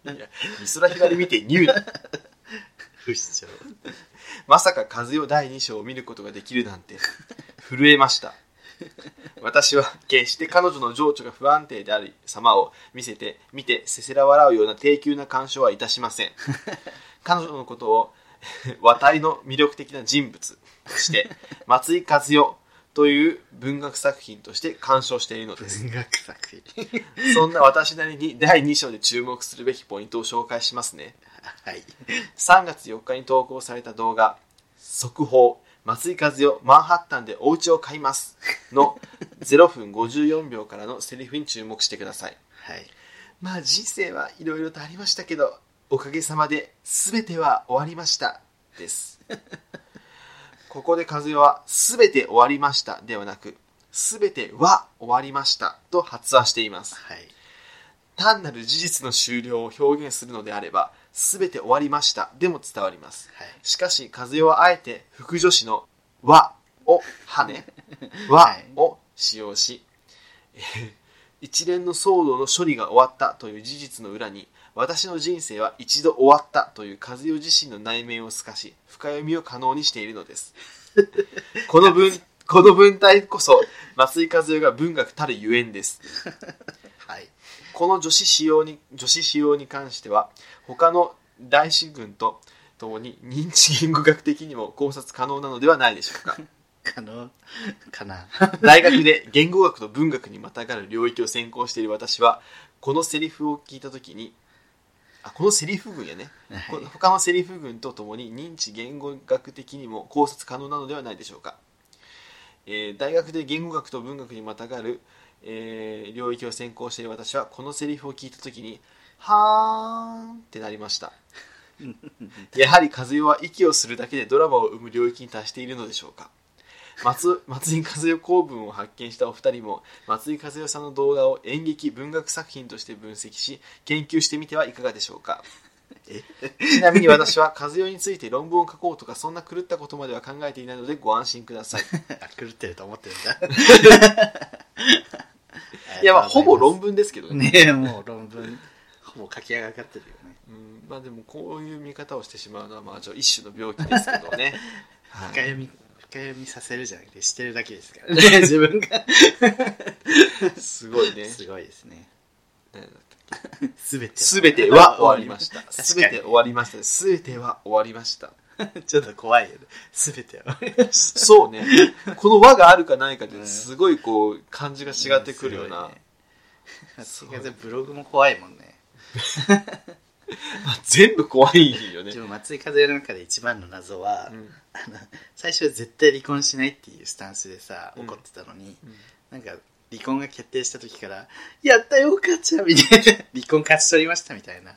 S2: や美空ひばり見てニュー
S1: 不死鳥
S2: まさか和代第2章を見ることができるなんて震えました私は決して彼女の情緒が不安定である様を見せて見てせせら笑うような低級な干渉はいたしません彼女のことを 渡りの魅力的な人物として松井和代という文学作品として鑑賞しているの です
S1: 文学作品
S2: そんな私なりに第2章で注目するべきポイントを紹介しますね
S1: はい
S2: 3月4日に投稿された動画「速報松井和代マンハッタンでお家を買います」の0分54秒からのセリフに注目してください
S1: はい
S2: まあ人生はいろいろとありましたけどおかげさまで全ては終わりましたですここで和代は「全て終わりました」ではなく「全ては終わりました」と発話しています
S1: はい
S2: 単なる事実の終了を表現するのであれば全て終わりましたでも伝わります
S1: はい
S2: しかし和代はあえて副助詞の「和」を跳ね「和
S1: い」
S2: を使用し、 えー一連の騒動の処理が終わったという事実の裏に私の人生は一度終わったという和代自身の内面を透かし深読みを可能にしているのですこの文この文体こそ松井和代が文学たるゆえんです
S1: はい
S2: この女子使用に女子使用に関しては他の大子群とともに認知言語学的にも考察可能なのではないでしょうか
S1: 可能かな
S2: 大学で言語学と文学にまたがる領域を専攻している私はこのセリフを聞いた時にあこのセリフ群やね、
S1: はい
S2: この他のセリフ群とともに認知言語学的にも考察可能なのではないでしょうか、えー大学で言語学と文学にまたがるえー領域を専攻している私はこのセリフを聞いた時に「はーん」ってなりました やはり和代は息をするだけでドラマを生む領域に達しているのでしょうか松松井和代公文を発見したお二人も松井和代さんの動画を演劇文学作品として分析し研究してみてはいかがでしょうかちなみに私は和代について論文を書こうとかそんな狂ったことまでは考えていないのでご安心ください
S1: あ狂ってると思ってるんだ
S2: いやまあほぼ
S1: 論
S2: 論文ですけど
S1: ね
S2: ね
S1: えもう論文ほぼ書き上がってるよね
S2: うんまあでもこういう見方をしてしまうのはまあちょ一種の病気ですけど ね、は
S1: 深
S2: い、
S1: 読み深読みさせるじゃなくてしてるだけですからね自分が
S2: すごいね
S1: すごいですね
S2: ねだって
S1: すべて
S2: すべては終わりました
S1: 確かに
S2: すべて終わりましたすべては終わりました
S1: ちょっと怖いよねすべては
S2: そうねこの輪があるかないかですごいこう感じが違ってくるような、
S1: すごいね私がブログも怖いもんね
S2: まあ全部怖い よね
S1: 自、分松井風の中で一番の謎は、
S2: うん
S1: あの最初は絶対離婚しないっていうスタンスでさ
S2: うん
S1: 怒ってたのに、
S2: うん
S1: なんか離婚が決定した時から「やったよ母ちゃん」みたいな 「離婚勝ち取りました」みたいな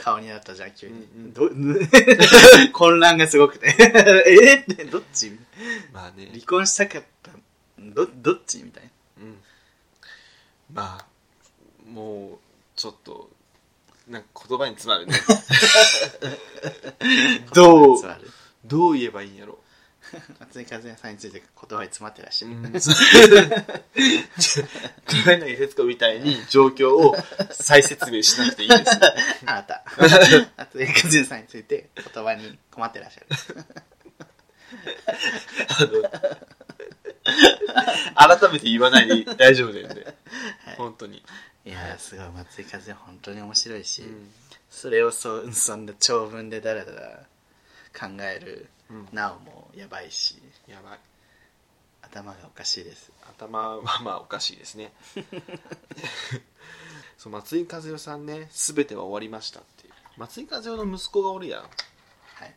S1: 顔になったじゃん急に、
S2: うんうん
S1: ど 混乱がすごくてえっってどっち
S2: まあね、
S1: 離婚したかったどどっちみたいな
S2: うん、まあもうちょっとなんか言葉に詰まる ねどう
S1: つまる
S2: どう言えばいいんやろ
S1: 松井風さんについて言葉に詰まってらっしゃる、
S2: うん、そう黒柳徹子みたいに状況を再説明しなくていいです、ね、
S1: あなた松井風さんについて言葉に困ってらっしゃる
S2: あの改めて言わないで大丈夫だよね、
S1: はい
S2: 本当に、
S1: いやーすごい松井風本当に面白いし、
S2: うん
S1: それをそそんな長文でだらだら考える
S2: うん
S1: なおもやばいし
S2: やばい
S1: 頭がおかしいです
S2: 頭はまあおかしいですね そう松井和代さんね「すべては終わりました」っていう松井和代の息子がおるやん
S1: はい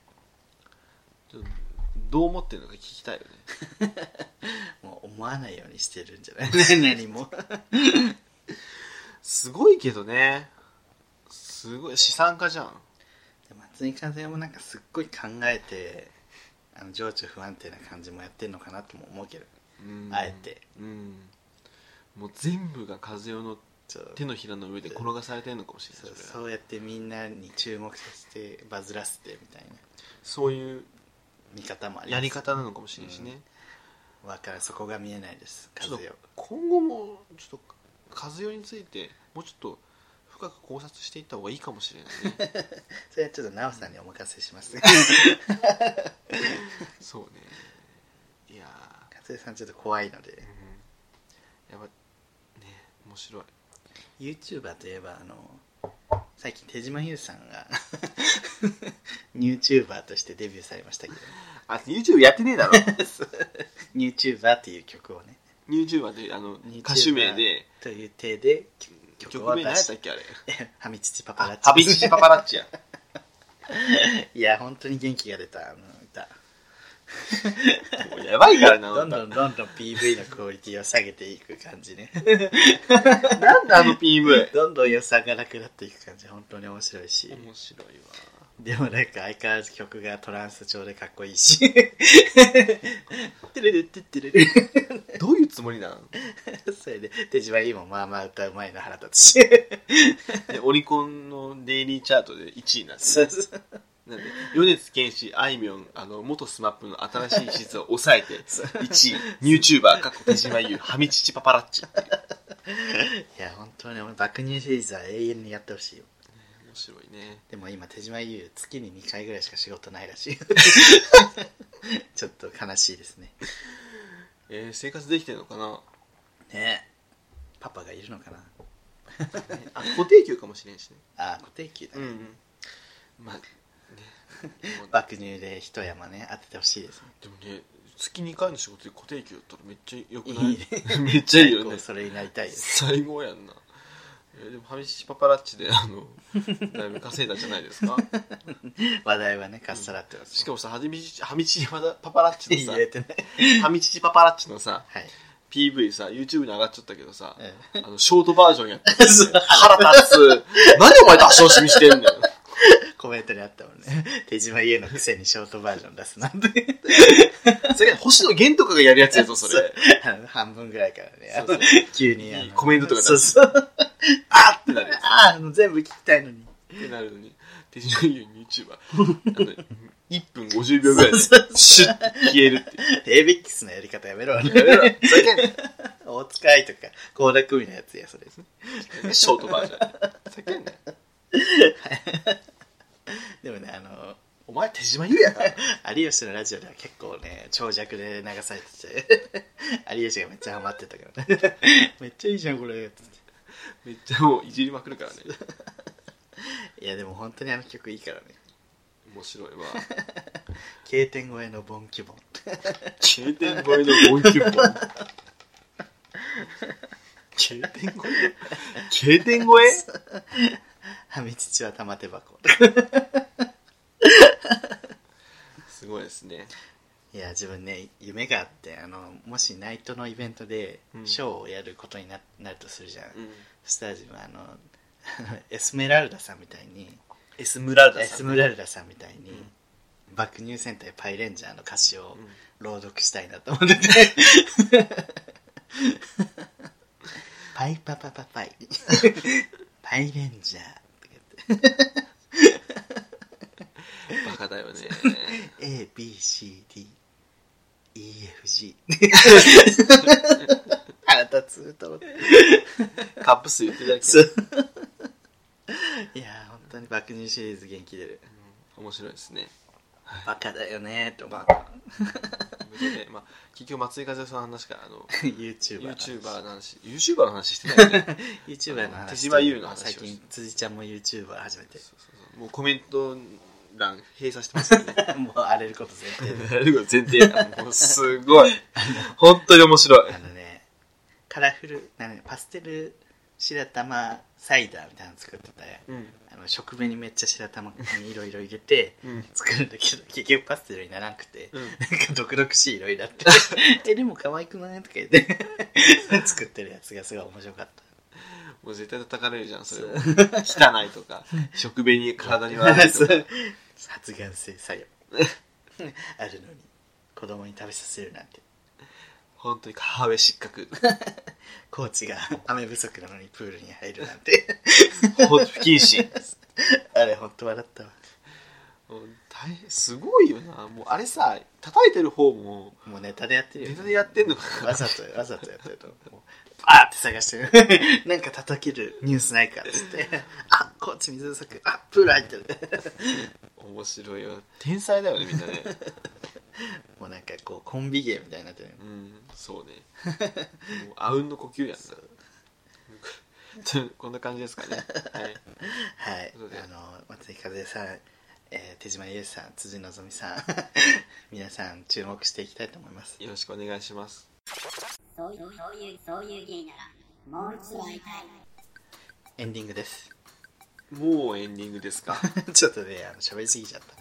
S2: ちょっとどう思ってるのか聞きたいよね
S1: もう思わないようにしてるんじゃない 何も
S2: すごいけどねすごい資産家じゃん
S1: 松井風もなんかすっごい考えてあの情緒不安定な感じもやってるのかなとも思うけど、
S2: うん
S1: あえて
S2: うんもう全部が和代の
S1: ちょっと
S2: 手のひらの上で転がされてるのかもしれ
S1: そ
S2: な
S1: う
S2: いそれ
S1: そうやってみんなに注目させてバズらせてみたいな
S2: そういう
S1: 見方もあります
S2: やり方なのかもしれないしね、
S1: わからんそこが見えないです
S2: ちょっ
S1: 風
S2: と
S1: よ
S2: 今後もちょっと和代についてもうちょっと深く考察していった方がいいかもし れないね
S1: それはちょっと奈緒さんにお任せし ます
S2: そうねいやー
S1: 勝江さんちょっと怖いので
S2: やばね面白い
S1: YouTuber といえばあの最近手島優さん が YouTuber としてデビューされましたけど
S2: あ YouTube やってねえ だろ
S1: YouTuber っていう曲をね
S2: YouTuber であの
S1: YouTuber
S2: 歌手名で
S1: という体で曲
S2: 曲
S1: 曲を
S2: 名
S1: 出
S2: 何やった
S1: し
S2: っけあれ
S1: てハミチチパパラ
S2: あ
S1: ッチ
S2: ハビチパパラッチや
S1: いや本当に元気が出たあの歌
S2: もうやばいからな
S1: どんどんどんどん PV のクオリティを下げていく感じ ね
S2: なんであの PV
S1: どんどん予算がなくなっていく感じ本当に面白いし
S2: 面白いわ
S1: でもなんか相変わらず曲がトランス調でかっこいい し。てれれってってれれ。
S2: どういうつもりなの
S1: それで、手島いいもんまあまあ歌うまいな腹立つし。
S2: でオリコンのデイリーチャートで1位になってる
S1: そうそう
S2: なんで米津玄師あいみょんあの元 SMAP の新しい史実を抑えて1位 YouTuber かっこ手島優ハミチチパパラッチっていう
S1: いや、本当に俺、爆乳シリーズは永遠にやってほしいよ。
S2: 面白いね
S1: でも今、手島優、月に2回ぐらいしか仕事ないら しい。ちょっと悲しいですね。
S2: えー生活できてるのかな
S1: ねえ。パパがいるのかな
S2: あ固定給かもしれんしね
S1: ああ、固定給だ
S2: うん
S1: ね。
S2: まあね もう
S1: 爆乳で一山ね、当ててほしいですね。
S2: でもね月2回の仕事で固定給だったらめっちゃよくない
S1: いいね
S2: めっちゃいいよ
S1: こ
S2: ね
S1: うそれになりたいです。
S2: 最後やんなえーでもハミチチパパラッチであのだいぶ稼いだんじゃないです か
S1: 話題はね、かっさらってます。
S2: しかもさハミチチハミチチパパラッチのさ
S1: 言えてない。
S2: ハミチチパパラッチのさ
S1: はい。
S2: PV さ YouTube に上がっちゃったけどさ、
S1: え
S2: あのショートバージョンやって
S1: そう
S2: 腹立つ何お前出し惜しみしてん だよ
S1: コメントにあったもんね 手島優のくせにショートバージョン出すなんて
S2: それ星野源とかがやるやつやぞそれ
S1: あの半分ぐらいからねあの
S2: そう
S1: 急にあの
S2: いいコメントとか出
S1: そう
S2: す
S1: そう
S2: あってなるや
S1: ああもう全部聞きたいのに
S2: つってなるのに手品言う YouTuber あの1分50秒ぐらいでシュッて消えるって
S1: エイベックスのやり方や めろ
S2: やめろふざけんな
S1: 大塚愛とか倖田來未のやつやそれ
S2: ショートバージョンふざけんな
S1: でもねあの
S2: お前手島優やから
S1: 有吉のラジオでは結構ね長尺で流されて て有吉がめっちゃハマってたから ねめっちゃいいじゃんこれつっ
S2: めっちゃもういじりまくるからね
S1: ていやでも本当にあの曲いいからね
S2: 面白いわ
S1: K 点超えのボンキュボン
S2: K 点超えのボンキュッポン K 点超え K 点超え
S1: はみ乳は玉手箱
S2: すごいですね
S1: いや自分ね夢があってあのもしナイトのイベントで
S2: うん
S1: ショーをやることにななるとするじゃん、
S2: うん
S1: そしたら自分あの エスメラルダさんみたいに
S2: エスムラルダ
S1: エ
S2: さ
S1: ス
S2: ん
S1: ムラルダさんみたいに、
S2: うん
S1: 爆乳戦隊パイレンジャーの歌詞を
S2: うん
S1: 朗読したいなと思ってて、パイパパパパイパイレンジャーとか
S2: バカだよね
S1: 言って ABCDEFG 腹立つと思って
S2: カップ数言ってただけ
S1: そういやー本当に爆乳シリーズ元気出る
S2: 面白いですね
S1: バカだよねーと思
S2: バ
S1: う
S2: カということでまあ結局松井風さんの話からあの
S1: YouTuber
S2: YouTuber の話 YouTuber の話してないよ ね
S1: YouTuber の話
S2: 手島優の話を
S1: 最
S2: して
S1: 近辻ちゃんも YouTuber 始め
S2: そう
S1: て
S2: そうそうもうコメント欄閉鎖してます よね
S1: もう荒れること前 提で
S2: なるほど前提あもうすごい本当に面白い
S1: あのねカラフルな、ね、パステル白玉サイダーみたいなの作ってたら
S2: うん
S1: あの食紅めっちゃ白玉にいろいろ入れて
S2: うん
S1: 作るんだけど結局パステルにならなくて、
S2: うん
S1: なんか毒々しい色になって 「えでも可愛くない?」とか言って作ってるやつがすごい面白かった
S2: もう絶対叩かれるじゃんそれも汚いとか 食紅に体に悪 い
S1: そ
S2: とか
S1: う発がん性作用 あるのに子供に食べさせるなんて
S2: 本当に母親失格
S1: コーチが 雨不足なのにプールに入るなんて
S2: 本当不謹慎
S1: あれ本当笑ったわ
S2: もう大変すごいよなもうあれさ叩いてる方も
S1: もうネタでやってるよ
S2: ネタでやってんのか
S1: わざとわざとやってると 思うバーって探してる なんか叩けるニュースないかっつって あコーチ水不足あプール入ってる
S2: 面白いよ天才だよねみんなね
S1: もうなんかこうコンビ芸みたいになってる
S2: うんそうねもうあうんの呼吸やんなこんな感じですかね、はい、
S1: はい
S2: そうだよ
S1: あの松井風さん、えー手島優さん辻希美さん 皆さん注目していきたいと思います
S2: よろしくお願いします
S3: そういう、そういう、そういう芸なら、もう一度会いたい。
S1: エンディングです
S2: もうエンディングですか
S1: ちょっとねあの喋りすぎちゃった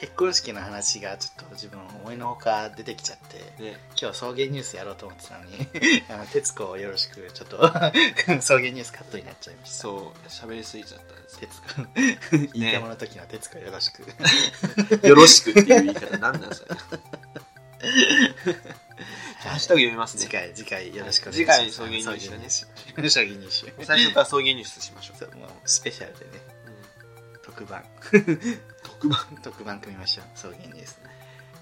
S1: 結婚式の話がちょっと自分思いのほか出てきちゃって
S2: ね
S1: 今日送迎ニュースやろうと思ってたのに あの徹子をよろしくちょっと 送迎ニュースカットになっちゃいました
S2: そう喋りすぎちゃったんですけ
S1: 徹子いいかもの時の徹子よろし く
S2: ど よろしくっていう言い方なんなんそれハッシュタグ読みます
S1: 次
S2: ね
S1: 回次回よろしくお願いします
S2: 次回送迎ニュース
S1: 送迎ニュース送迎ニュース
S2: 最初から送迎ニュースしましょう、
S1: そうもうスペシャルでね
S2: うん
S1: 特番
S2: 特番
S1: 特番組みましょう送迎ニュース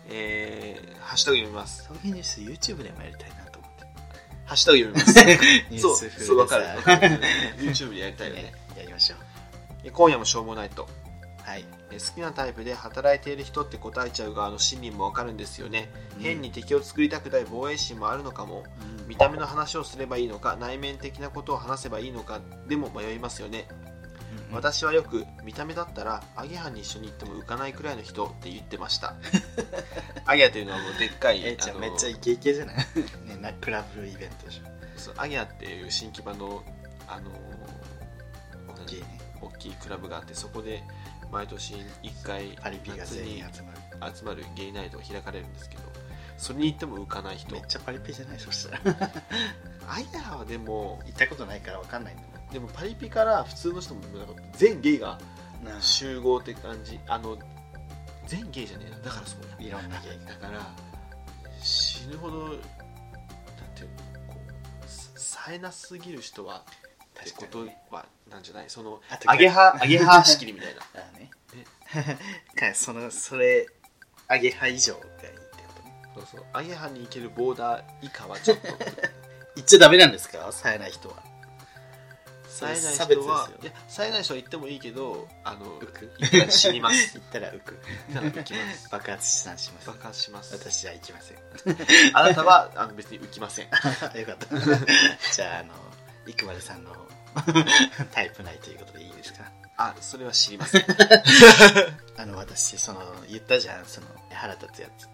S2: えー、ハッシュタグ読みます
S1: 送迎ニュース YouTube でもやりたいなと思って
S2: ハッシュタグ読みます
S1: ニュ
S2: そ
S1: ー
S2: う
S1: ス風でさ
S2: そうわ かるわかる YouTube でやりたいよね
S1: ねやりましょう
S2: え今夜もしょうもないと
S1: はい
S2: え好きなタイプで働いている人って答えちゃう側の心理もわかるんですよね、
S1: うん
S2: 変に敵を作りたくない防衛心もあるのかも見た目の話をすればいいのか内面的なことを話せばいいのかでも迷いますよね、
S1: うん
S2: 私はよく見た目だったらアゲハに一緒に行っても浮かないくらいの人って言ってました アゲハというのはもうでっかい
S1: えーちゃ
S2: あ
S1: ん
S2: の
S1: めっちゃイケイケ じゃないねなクラブイベントでしょ
S2: そうアゲハっていう新規版のあの
S1: 大きいね
S2: 大きいクラブがあってそこで毎年1回
S1: パリピが
S2: 夏
S1: 全員
S2: に
S1: 集まる
S2: 集まるゲイナイトが開かれるんですけどそれに行っても浮かない人
S1: めっちゃパリピじゃないそしたら 行
S2: あやはでも
S1: ったことないからわかんないんだも
S2: でもパリピから普通の人もなんか全ゲイが
S1: んなあ
S2: 集合って感じあの全ゲイじゃねえなだからそうや
S1: いろんな芸
S2: だから死ぬほどだってこうさ冴えなすぎる人はってこ
S1: 確か
S2: と
S1: にね
S2: はなんじゃないその
S1: あと
S2: ア ゲハアゲハ仕切りみたいな
S1: ああね かそのそれアゲハ以上がいいってことね
S2: そうそうアゲハに行けるボーダー以下はち ょっと
S1: 言っちゃダメなんですか冴えない人は
S2: 冴えない
S1: 差別で
S2: 人
S1: す
S2: は
S1: よ
S2: いや冴えない人は行ってもいいけどあの
S1: 浮く
S2: 行ったら死にます
S1: 言ったら浮く
S2: 行ったら浮きます
S1: 爆発資産します
S2: 爆発します
S1: 私じゃ行きません
S2: あなたは あの別に浮きませ ん
S1: よかったじゃああの生丸さん のタイプないということでいいですか
S2: あそれは知り ません、
S1: あの私その言ったじゃんその腹立つやつ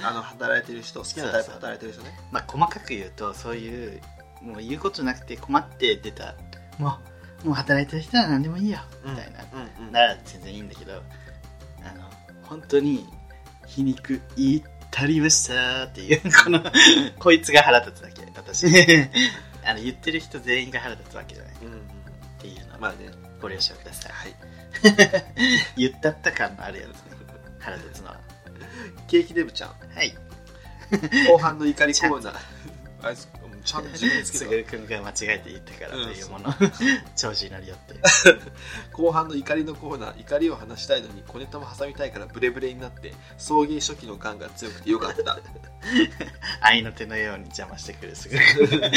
S2: あの働いてる人好きなタイプ働いてる人ね
S1: まあ細かく言うとそういうもう言うことなくて困って出たもうもう働いてる人は何でもいいよみたいな、
S2: うんうん
S1: なら全然いいんだけどあの本当に皮肉言ったりましたっていうこのこいつが腹立つだけ 私あの言ってる人全員が腹立つわけじゃないっ
S2: うん
S1: ていうのは、
S2: まあね
S1: ご了承ください
S2: はい
S1: 言ったった感のあるやつね腹立つのは
S2: ケーキデブちゃん
S1: はい
S2: 後半の怒りコーナーあいつうんちゃんと自分で
S1: す
S2: つけ
S1: ぐ
S2: て
S1: るくんが間違えて言ったからというもの、調子に乗りよって
S2: 後半の怒りのコーナー怒りを話したいのに小ネタも挟みたいからブレブレになって送迎初期の感が強くてよかった
S1: 愛の手のように邪魔してくるすぐる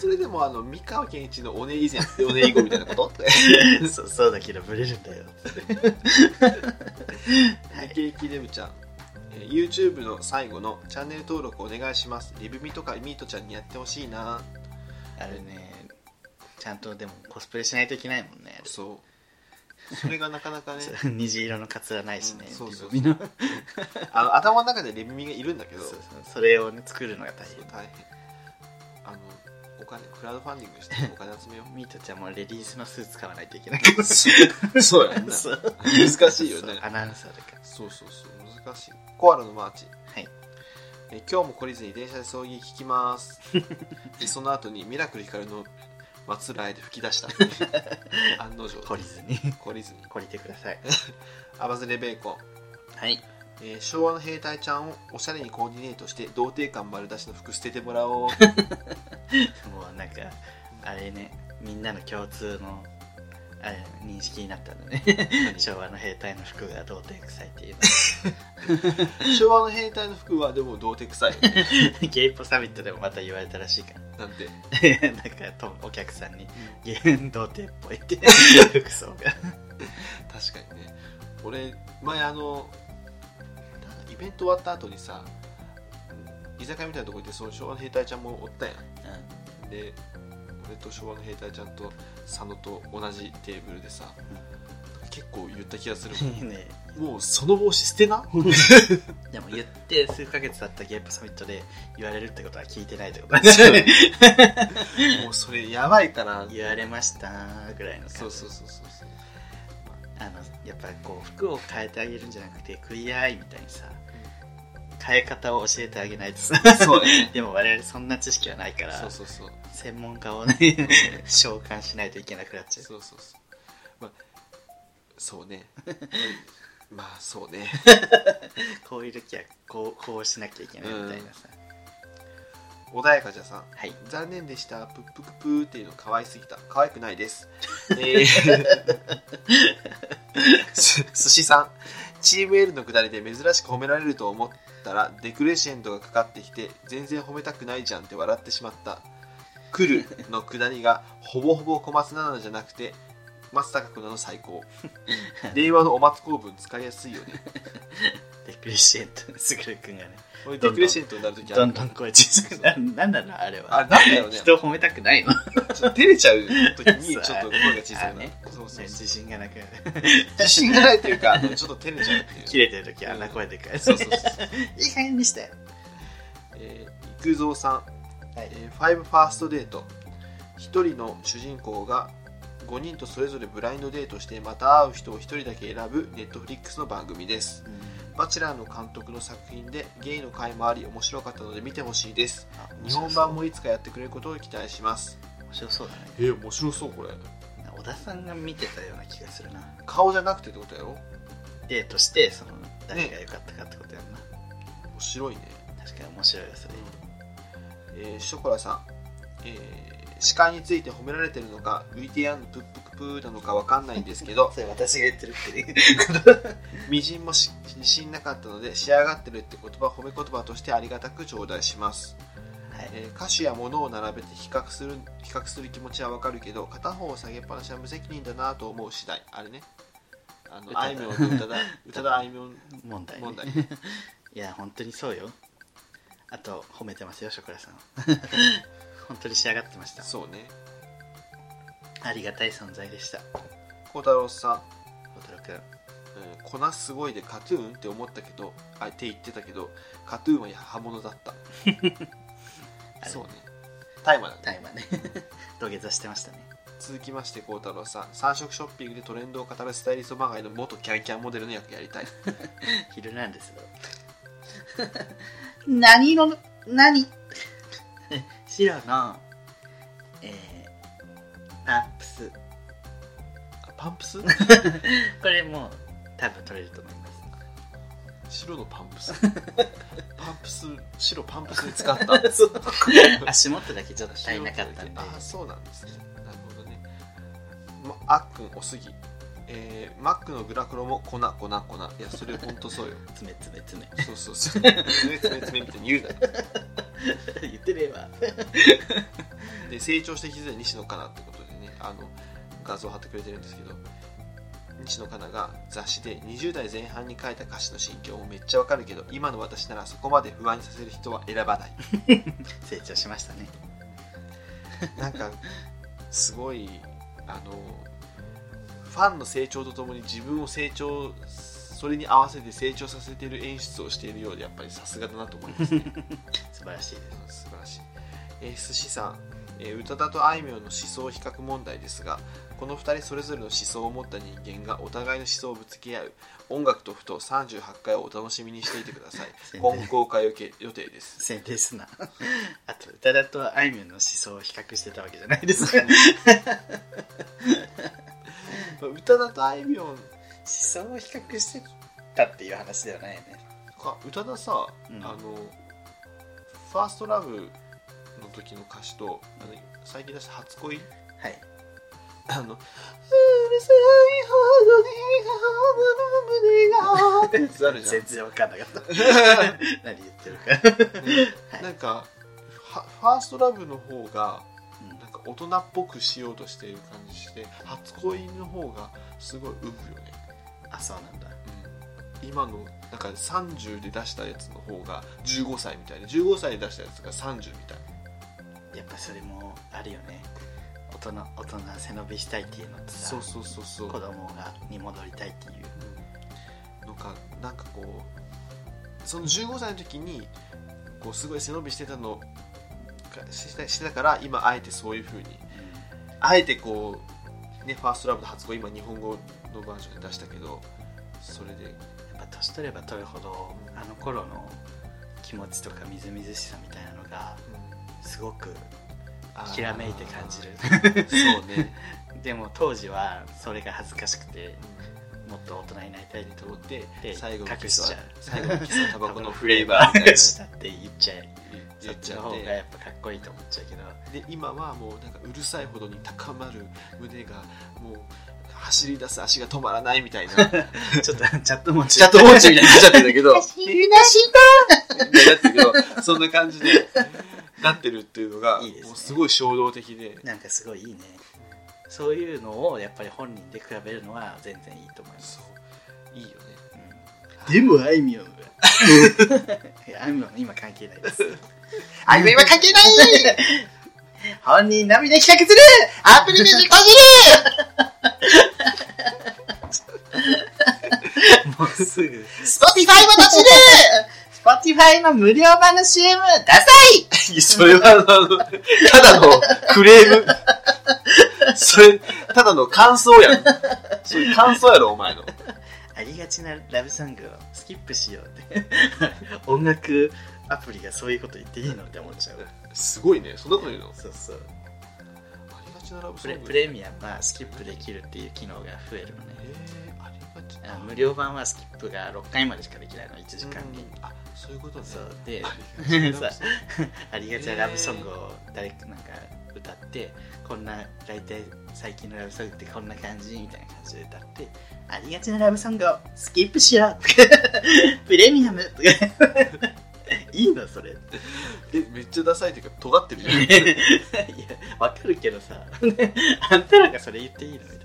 S2: それでもあの三河健一のおね以前っておね以後みたいな ことって
S1: くんそうそうだけどブレるんだよはい
S2: ケーキデブちゃんえー YouTube の最後のチャンネル登録お願いしますリブミとかミートちゃんにやってほしいな
S1: あれねちゃんとでもコスプレしないといけないもんね
S2: そう それがなかなかね
S1: 虹色のカツラないしね、
S2: うんそうそう
S1: リボミの
S2: あの頭の中でリブミがいるんだけど
S1: そうそうそれをね作るのが大
S2: そう
S1: 変
S2: 大変あのお金クラウドファンディングしてお金集めよ
S1: ミートちゃんもレディースのスーツ買わないといけないかもしれな
S2: うそう
S1: いそう
S2: 難しいよね
S1: そうアナウンサーだから
S2: そうそうそう難しいコアラのマーチ
S1: はい
S2: え今日も懲りずに電車で送迎聞きます でその後にミラクル光の松浦へで吹き出 した案の定
S1: 懲りずに
S2: 懲りずに
S1: 懲りてください
S2: アバズレベーコン、
S1: はい
S2: えー昭和の兵隊ちゃんをおしゃれにコーディネートして童貞感丸出しの服捨ててもら おう
S1: もうなんかあれねみんなの共通のあれ認識になったんだね昭和の兵隊の服が童貞臭いっていう
S2: 昭和の兵隊の服はでも童貞臭いよね
S1: のゲイポサミットでもまた言われたらしいから
S2: なんて
S1: なんかとお客さんに言動手っぽいって 服装が
S2: 確かにね俺前あのなんだイベント終わった後にさ居酒屋みたいなとこ行ってその昭和の兵隊ちゃんもおったやんで俺と昭和の兵隊ちゃんと佐野と同じテーブルでさ結構言った気がする
S1: うんね
S2: もんもうその帽子捨て な
S1: でも言って数ヶ月経ったゲイポサミットで言われるってことは聞いてないってことですよね
S2: もうそれやばいから
S1: 言われましたぐらいの感じ
S2: そうそうそうそうそう
S1: あのやっぱこう服を変えてあげるんじゃなくてクイアアイみたいにさ変え方を教えてあげないとさ
S2: そうね
S1: でも我々そんな知識はないから
S2: そうそうそう
S1: 専門家を ね召喚しないといけなくなっちゃう
S2: そうそうそうまあそうねまあそうね
S1: こういう時はこうこうしなきゃいけないみたいなさ、
S2: 穏やかじゃさん
S1: はい
S2: 残念でしたプップクプーっていうの可愛すぎた可愛くな いですえー す寿司さんチーム L のくだりで珍しく褒められると思ったらデクレシェンドがかかってきて全然褒めたくないじゃんって笑ってしまった「来る」のくだりがほぼほぼ小松菜奈じゃなくて松坂君なの 最高令和のお松公文使いやすいよね
S1: デクリシエントすぐるくんがね
S2: これデクレシェンドになるとき
S1: どんどん声小さくなるなんだろうあれは
S2: あなんだよね
S1: 人を褒めたくないの
S2: ちょっと照れちゃう時 にちょっと声が小さくなる
S1: あ
S2: そうそうそう
S1: 自信がな くなる
S2: 自信がないというかあのちょっと照れちゃう って
S1: 切
S2: いう
S1: れてる時はあんな声でかい、
S2: そうそうそう
S1: いい加減にしてはい
S2: えー、育三さん、えーファイブファーストデート一人の主人公が5人とそれぞれブラインドデートしてまた会う人を一人だけ選ぶネットフリックスの番組ですバチェラーの監督の作品でゲイの回もあり面白かったので見てほしいです
S1: あ面
S2: 日
S1: 白そう
S2: 本版もいつかやってくれることを期待します
S1: 面白そうだね
S2: え面白そうこれ
S1: 小田さんが見てたような気がするな
S2: 顔じゃなくてってことやろ
S1: デートしてその誰が良かったかってことやんな、
S2: 面白いね、
S1: 確かに面白いよそれ
S2: えーショコラさん、えー、司会について褒められてるのか浮いてやんプップクプーなのかわかんないんです けど
S1: それ私が言ってるって ね
S2: 微塵もし自信なかったので仕上がってるって言葉褒め言葉としてありがたく頂戴します、
S1: はい
S2: えー歌詞や物を並べて比較する比較する気持ちはわかるけど片方を下げっぱなしは無責任だなと思う次第あれねあの
S1: 歌だ
S2: あいみょんと宇多田宇多田あい みょん
S1: 問題ね
S2: 問題
S1: いや本当にそうよあと褒めてますよショコラ さん本当に仕上がってました
S2: そうね
S1: ありがたい存在でした
S2: 孝太郎さん
S1: 小太郎くん
S2: うん粉すごいでカトゥーンって思ったけどあって言ってたけどカトゥーンは刃物だった
S1: あれ
S2: そうね大麻だね
S1: タイマーね 土下座してましたね
S2: 続きまして孝太郎さん3色ショッピングでトレンドを語るスタイリストまがいの元キャンキャンモデルの役やりたい
S1: ヒルナンデスだ 何の何 白のえー、パンプス
S2: あパンプ ス
S1: これもう多分取れると思います
S2: 白のパン プスパンプス白パンプスに使った
S1: 足元だけちょっと足りなかったんで
S2: ああそうなんですねなるほどね、ま、あっくんおすぎえー、マックのグラクロも粉粉粉いやそれほんとそうよ
S1: 詰め詰め詰
S2: そうそう そうつめつめつめみたいに言うなよ
S1: め 言ってねえわ
S2: で成長してきづらい西野カナってことでねあの画像を貼ってくれてるんですけど西野カナが雑誌で20代前半に書いた歌詞の心境もめっちゃわかるけど今の私ならそこまで不安にさせる人は選ばない
S1: 成長しましたね
S2: なんかすごいあのファンの成長とともに自分を成長それに合わせて成長させている演出をしているようでやっぱりさすがだなと思いますね
S1: 素晴らしいで
S2: うん素晴らしい、えー、寿司さん、えー宇多田とあいみょんの思想比較問題ですがこの2人それぞれの思想を持った人間がお互いの思想をぶつけ合う音楽とふと38回をお楽しみにしていてくださ い今後公開予定予定です
S1: す宣伝すな あと宇多田とあいみょんの思想を比較してたわけじゃないですか思
S2: まあ宇多田とあいみょん
S1: 想を比較してたっていう話ではないよね
S2: か宇多田さ、
S1: うん
S2: あのファーストラブの時の歌詞とあの最近出した初恋
S1: はい
S2: あの、うるさいほどに頬の胸がってやつあるじゃん
S1: 全。然わかんなか った何言ってるかはい
S2: なんか、はファーストラブの方が、
S1: うん
S2: なんか大人っぽくしようとしている感じして、初恋の方がすごい浮くよね。
S1: あそうなんだ
S2: うん、今の、なんか30で出したやつの方が15歳みたいで、15歳で出したやつが30みたい。
S1: やっぱそれもあるよね大人大人背伸びしたいっていうのとさ
S2: そうそうそうそう。
S1: 子供がに戻りたいっていう
S2: のかなんかこうその15歳の時にこうすごい背伸びしてたのかしてしてたから今あえてそういうふうにあえてこう、ね、ファーストラブの初恋今日本語のバージョンで出したけどそれで
S1: やっぱ年取れば取るほどあの頃の気持ちとかみずみずしさみたいなのがすごく
S2: あー
S1: ひらめいて感じる
S2: そ うね、
S1: でも当時はそれが恥ずかしくて
S2: う
S1: もっと大人になりたい
S2: ん、
S1: と
S2: と
S1: 思
S2: 思
S1: っ
S2: ってて
S1: で
S2: 最後のキ
S1: 隠
S2: ス
S1: しち
S2: は
S1: ゃう
S2: 最後のキスはタバコのフレー バーみたい
S1: 隠
S2: な
S1: したって言っちゃえ
S2: 言
S1: そ
S2: っ
S1: っ
S2: ち
S1: ち
S2: ゃ
S1: の
S2: っ
S1: 方が
S2: て
S1: やっぱかっこいいと思っちゃうけど
S2: で今はもうなんかうるさいほどに高まる胸がもう走り出す足が止まらないみた いな
S1: ちょっ とチャットも
S2: チャットウォッチみたいになっちゃってるん だけど、
S1: 昼なし
S2: みたいになってるけど、そんな感じでなってるっていうのが、
S1: いいですね
S2: もうすごい衝動的で、
S1: なんかすごいいいねそういうのをやっぱり本人で比べるのは全然いいと思います、
S2: そう、いいよね。
S1: うんでもあいみょんはいやあいみょん今関係ないです
S4: あいみょんは関係ない
S1: 本人並みで比較する
S4: アプリで実行
S1: もうすぐ
S4: スポティファイも立ちる
S1: Spotify の無料版の CM ダサい
S2: いやそれは、あの、ただのクレーム。それ、ただの感想やん。そういう感想やろ、お前の。
S1: ありがちなラブソングをスキップしようって音楽アプリがそういうこと言っていいのって思っちゃう
S2: すごいねそんなこと言うの
S1: そうそう
S2: ありがちなラブ
S1: プ
S2: ソン
S1: レ
S2: グ
S1: プレミアムはスキップできるっていう機能が増えるのね
S2: えーありがち
S1: あ無料版はスキップが6回までしかできないの1時間に、
S2: うんあそういうことね
S1: そうで
S2: あり がちなラブソング
S1: ありがちなラブソングを誰かなんか歌ってこんな大体最近のラブソングってこんな感じみたいな感じで歌ってありがちなラブソングをスキップしよう プレミアムとか いいのそれい
S2: えめっちゃダサいっていうか尖って るじゃん
S1: やわかるけどさ あんたらがそれ言っていいのみたいな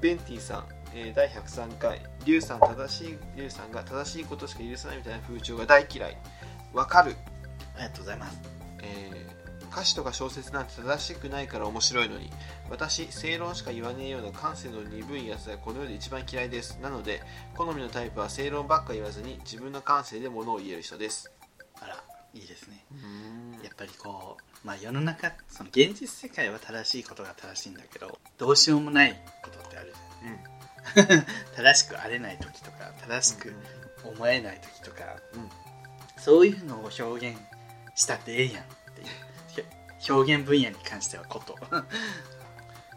S2: ベンティさん、えー第103回リュウさん正しいリュウさんが正しいことしか許さないみたいな風潮が大嫌いわかる、
S1: ありがとうございます
S2: えー歌詞とか小説なんて正しくないから面白いのに私正論しか言わねえような感性の鈍いやつがこの世で一番嫌いですなので好みのタイプは正論ばっか言わずに自分の感性で物を言える人です
S1: あらいいですね
S2: うん
S1: やっぱりこう、まあ、世の中その現実世界は正しいことが正しいんだけどどうしようもないことってあるじゃん、正しくあれない時とか正しく思えない時とか、
S2: うん
S1: そういうのを表現したってええやんっていうひょ表現分野に関してはこと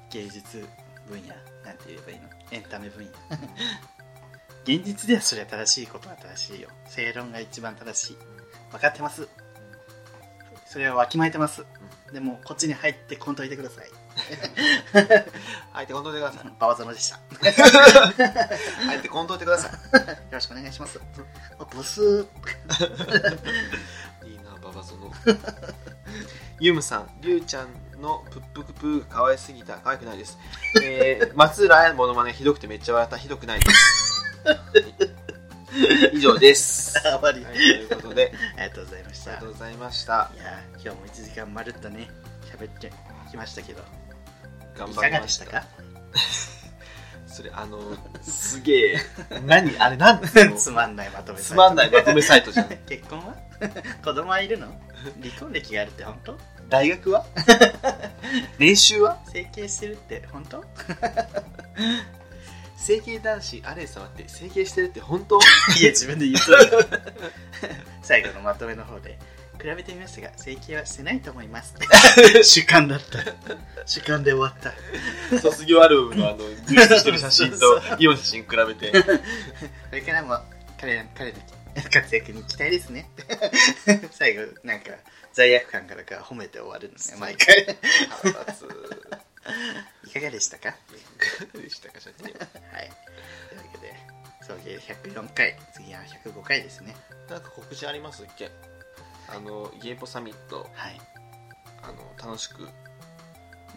S1: 芸術分野なんて言えばいいのエンタメ分野現実ではそれは正しいことは正しいよ正論が一番正しい分かってますそれはわきまえてます、でもこっちに入ってこんといてください
S2: 相手コントでください
S1: ババゾノでしたよ
S2: 相手コントでくださ
S1: ろしくお願いしますあブスー
S2: いいいなババゾノ ユムさんリュウちゃんのプップクプーが可愛すぎた可愛くないです、えー、 松浦綾のモノマネひどくてめっちゃ笑ったひどくないですはい以上です、は
S1: あ終わり、
S2: い、ということで
S1: ありがとうございまし
S2: あり
S1: た
S2: がとうございました
S1: いやー今日も1時間まるっとね喋ってきましたけど
S2: 頑
S1: い
S2: 張
S1: か
S2: り
S1: が
S2: ま
S1: で
S2: し
S1: したたか
S2: それあのすげえ何あれ何 つ
S1: つまんないまとめ
S2: つまんないいまとめサイトじゃん
S1: 結婚は 子供はいるの離婚歴があるって本当
S2: 大学は 練習は
S1: 整形してるって本 当
S2: 整形男子アレン様って整形してるって本当
S1: いや自分で言うと 最後のまとめの方で比べてみましたが整形はしてないと思います 主観だった主観で終わった
S2: 卒業アルバムのあの充実してる写真 と今の写真比べて
S1: これからも彼ら彼の活躍に期待ですね 最後なんか罪悪感からか褒めて終わるのね毎 回
S2: 腹立
S1: いかがでしたか
S2: つでしたか写真
S1: はい。というわけで、総計104回、次は105回ですね。
S2: なんか告知ありますっけあのイエポサミット
S1: はい。
S2: あの楽しく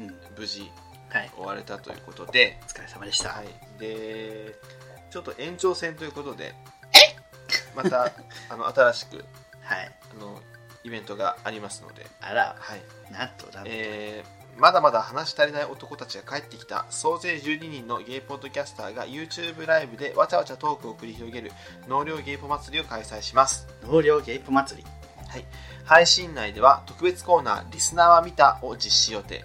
S1: うん。
S2: 無事
S1: はい。
S2: 終われたということで
S1: お疲れ様でした。
S2: はいでちょっと延長戦ということでまたあの新しく
S1: はい。
S2: あのイベントがありますので
S1: あら、
S2: はい
S1: なんとなんと。
S2: えーまだまだ話し足りない男たちが帰ってきた総勢12人のゲイポッドキャスターが YouTube ライブでわちゃわちゃトークを繰り広げる納涼ゲイポ祭りを開催します
S1: 納涼ゲイポ祭り。
S2: 配信内では特別コーナー「リスナーは見た」を実施予定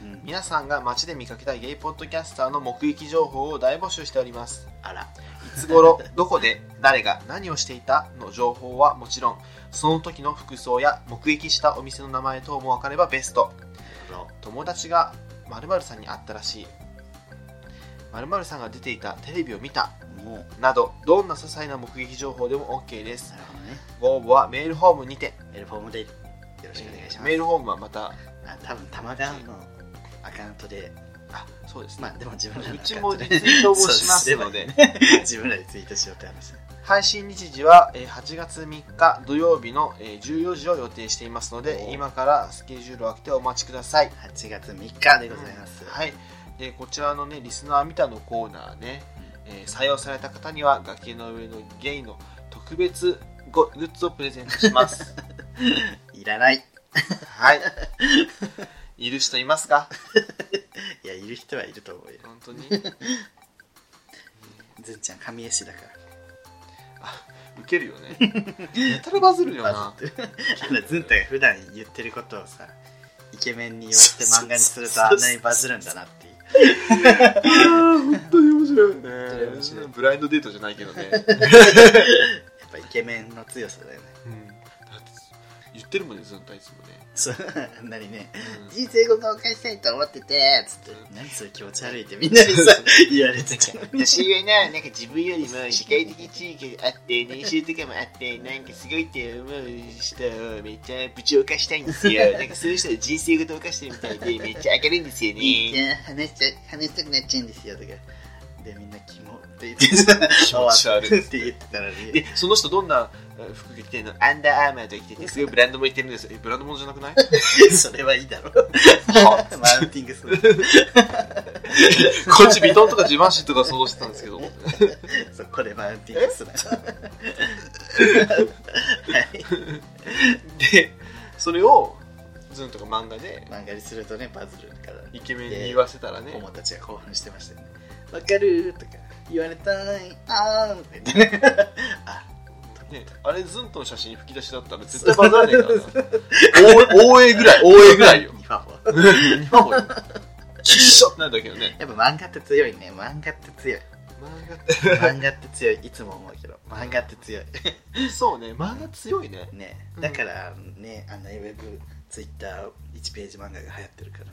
S1: うん。
S2: 皆さんが街で見かけたゲイポッドキャスターの目撃情報を大募集しております
S1: あら。
S2: いつ頃どこで誰が何をしていたの情報はもちろんその時の服装や目撃したお店の名前等も分かればベスト
S1: ど
S2: 友達が〇〇さんに会ったらしい〇〇さんが出ていたテレビを見た
S1: うもう、
S2: などどんな些細な目撃情報でも OK です
S1: なるほどね。
S2: ご応募はメールフォームにてよ
S1: メルフォームでよろしくお願いします。
S2: メールフォームはまた
S1: あ多分玉川のアカウントで、
S2: あそうですね
S1: まあでも自分らの
S2: う
S1: ア
S2: ち
S1: カウ
S2: も
S1: ント
S2: リ
S1: で
S2: ツイートをしますので
S1: 自分らでツイートしようって話。
S2: 配信日時はえー8月3日土曜日のえー14時を予定していますの
S1: お
S2: で
S1: ー
S2: 今からスケジュールを空けてお待ちください
S1: 8月3日でございます。
S2: はい、でこちらのねリスナー見たのコーナーね、えー採用された方には崖の上のゲイの特別ごグッズをプレゼントします
S1: いらない。
S2: はいいる人いますか
S1: いや、いる人はいると思うよ。
S2: 本当に
S1: ずんちゃん、神絵師だから。
S2: ウケるよねやたらバズるよ
S1: バ
S2: な
S1: ズってるあの ズンタが普段言ってることをさイケメンに言わせて漫画にするとあんなにバズるんだなっていう
S2: 本当に面白いよね
S1: それ面面白いや
S2: ブラインドデートじゃないけどね、
S1: っぱイケメンの強さだよね
S2: うんだって言ってるもんねずっといつもね、
S1: そう何ね
S2: うん
S1: 人生ご交換したいと思っててつって何それ気持ち悪いってみんなに さ言われてた
S5: 私はな、なんか自分よりも社会的地位があって、年収とかもあって、なんかすごいって思う人をめっちゃぶち犯したいんです よ。なんかそういう人は人生ごと犯してるみたいで、めっちゃ明るいんですよ
S1: いい
S5: ね。
S1: じゃん話しちゃ話したくなっちゃうんですよとかでみんなキモって言ってさ
S2: 気持ち悪い
S1: って言ってたらね
S5: で、その人どんな
S2: え服着
S5: 着
S2: て
S5: てんのアンダーアーマーとか着てて、すごいブランドもいってるんですよ。
S2: えブランド物じゃな くない
S1: それはいいだろ マウンティングする
S2: こっちビトンとかジバンシとか想像してたんで すけど
S1: そこでマウンティングするはい
S2: でそれをズンとか漫画で
S1: 漫画にするとねバズるから
S2: イケメンに言わせたらね
S1: 子供たちが興奮してましたよねわかるとか言われたいあーって言ってねあ
S2: ねあれズンとの写真吹き出しだったら絶対バズらねえからな 大江ぐらい大江ぐら いよ
S1: ニファボ
S2: 今もよきっしょってなるんだけどね
S1: やっぱ漫画って強いね漫画って強い
S2: 漫
S1: 漫画って強いいつも思うけど漫画って強い
S2: 画 そうね漫画強いね
S1: ね
S2: うん
S1: だからねあのウェブツイッター1ページ漫画が流行ってるからね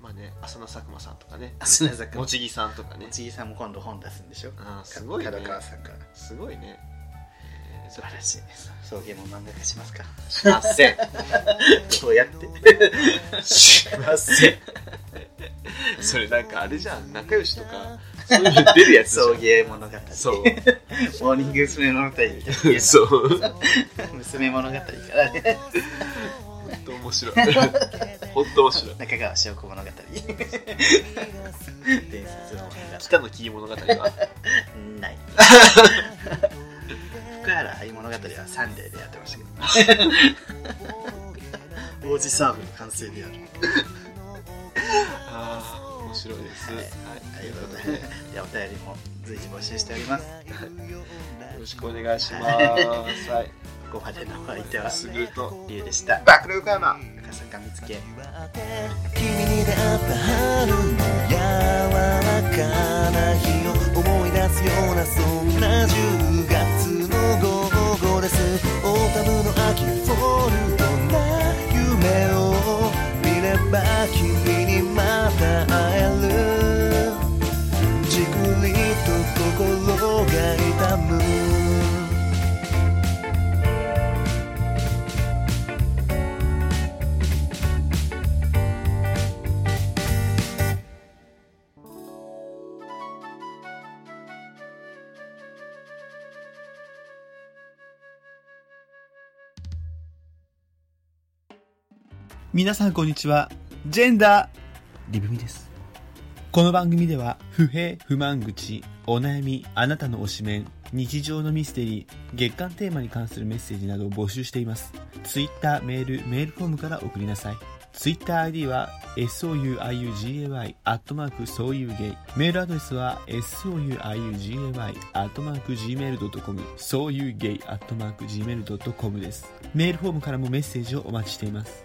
S2: まあね浅野佐久間さんとかね
S1: 浅野坂
S2: 茂
S1: もち
S2: 木さんとかね
S1: ぎさんも今度本出すんでしょ
S2: あーすごいね
S1: 角川さんから
S2: すごいねえー
S1: 素晴らしいです送迎も漫画化します か
S2: しません
S1: こうやって
S2: しませんそれなんかあれじゃん仲良しとかそういうの出るやつじゃん
S1: 送迎物語
S2: そう
S1: モーニング娘。物語みたいな
S2: そう
S1: 娘物語からね
S2: 本当面白い本当面白い
S1: 中川翔子物語伝説の漫
S2: 北の 木物語は
S1: 画ない福原愛物語はサンデーでやってました けど王子サーブの完成でやる
S2: あー面白いです、はい
S1: ありがとうございますじゃあお便りも随時募集しております
S2: よろしくお願いします、 はい、
S1: ここまでのお相手は
S2: すぐと
S1: りゅうでした
S5: バックルーカーマン。
S1: 赤坂見つけ
S6: 君に出会った春の柔らかな日を思い出すようなそんな10月の午後ですオータムの秋フォルトな夢を見れば君にまた会えるじくりと心が痛む
S7: 皆さんこんにちは。ジェンダー、リブミです。この番組では、不平、不満口、お悩み、あなたの推しメン、日常のミステリー、月間テーマに関するメッセージなどを募集しています。ツイッター、メール、メールフォームから送りなさい。ツイッター ID は、souiugay、アットマーク、そういうゲイ。メールアドレスは、souiugay、アットマーク、gmail.com、そういうゲイ、アットマーク、gmail.com です。メールフォームからもメッセージをお待ちしています。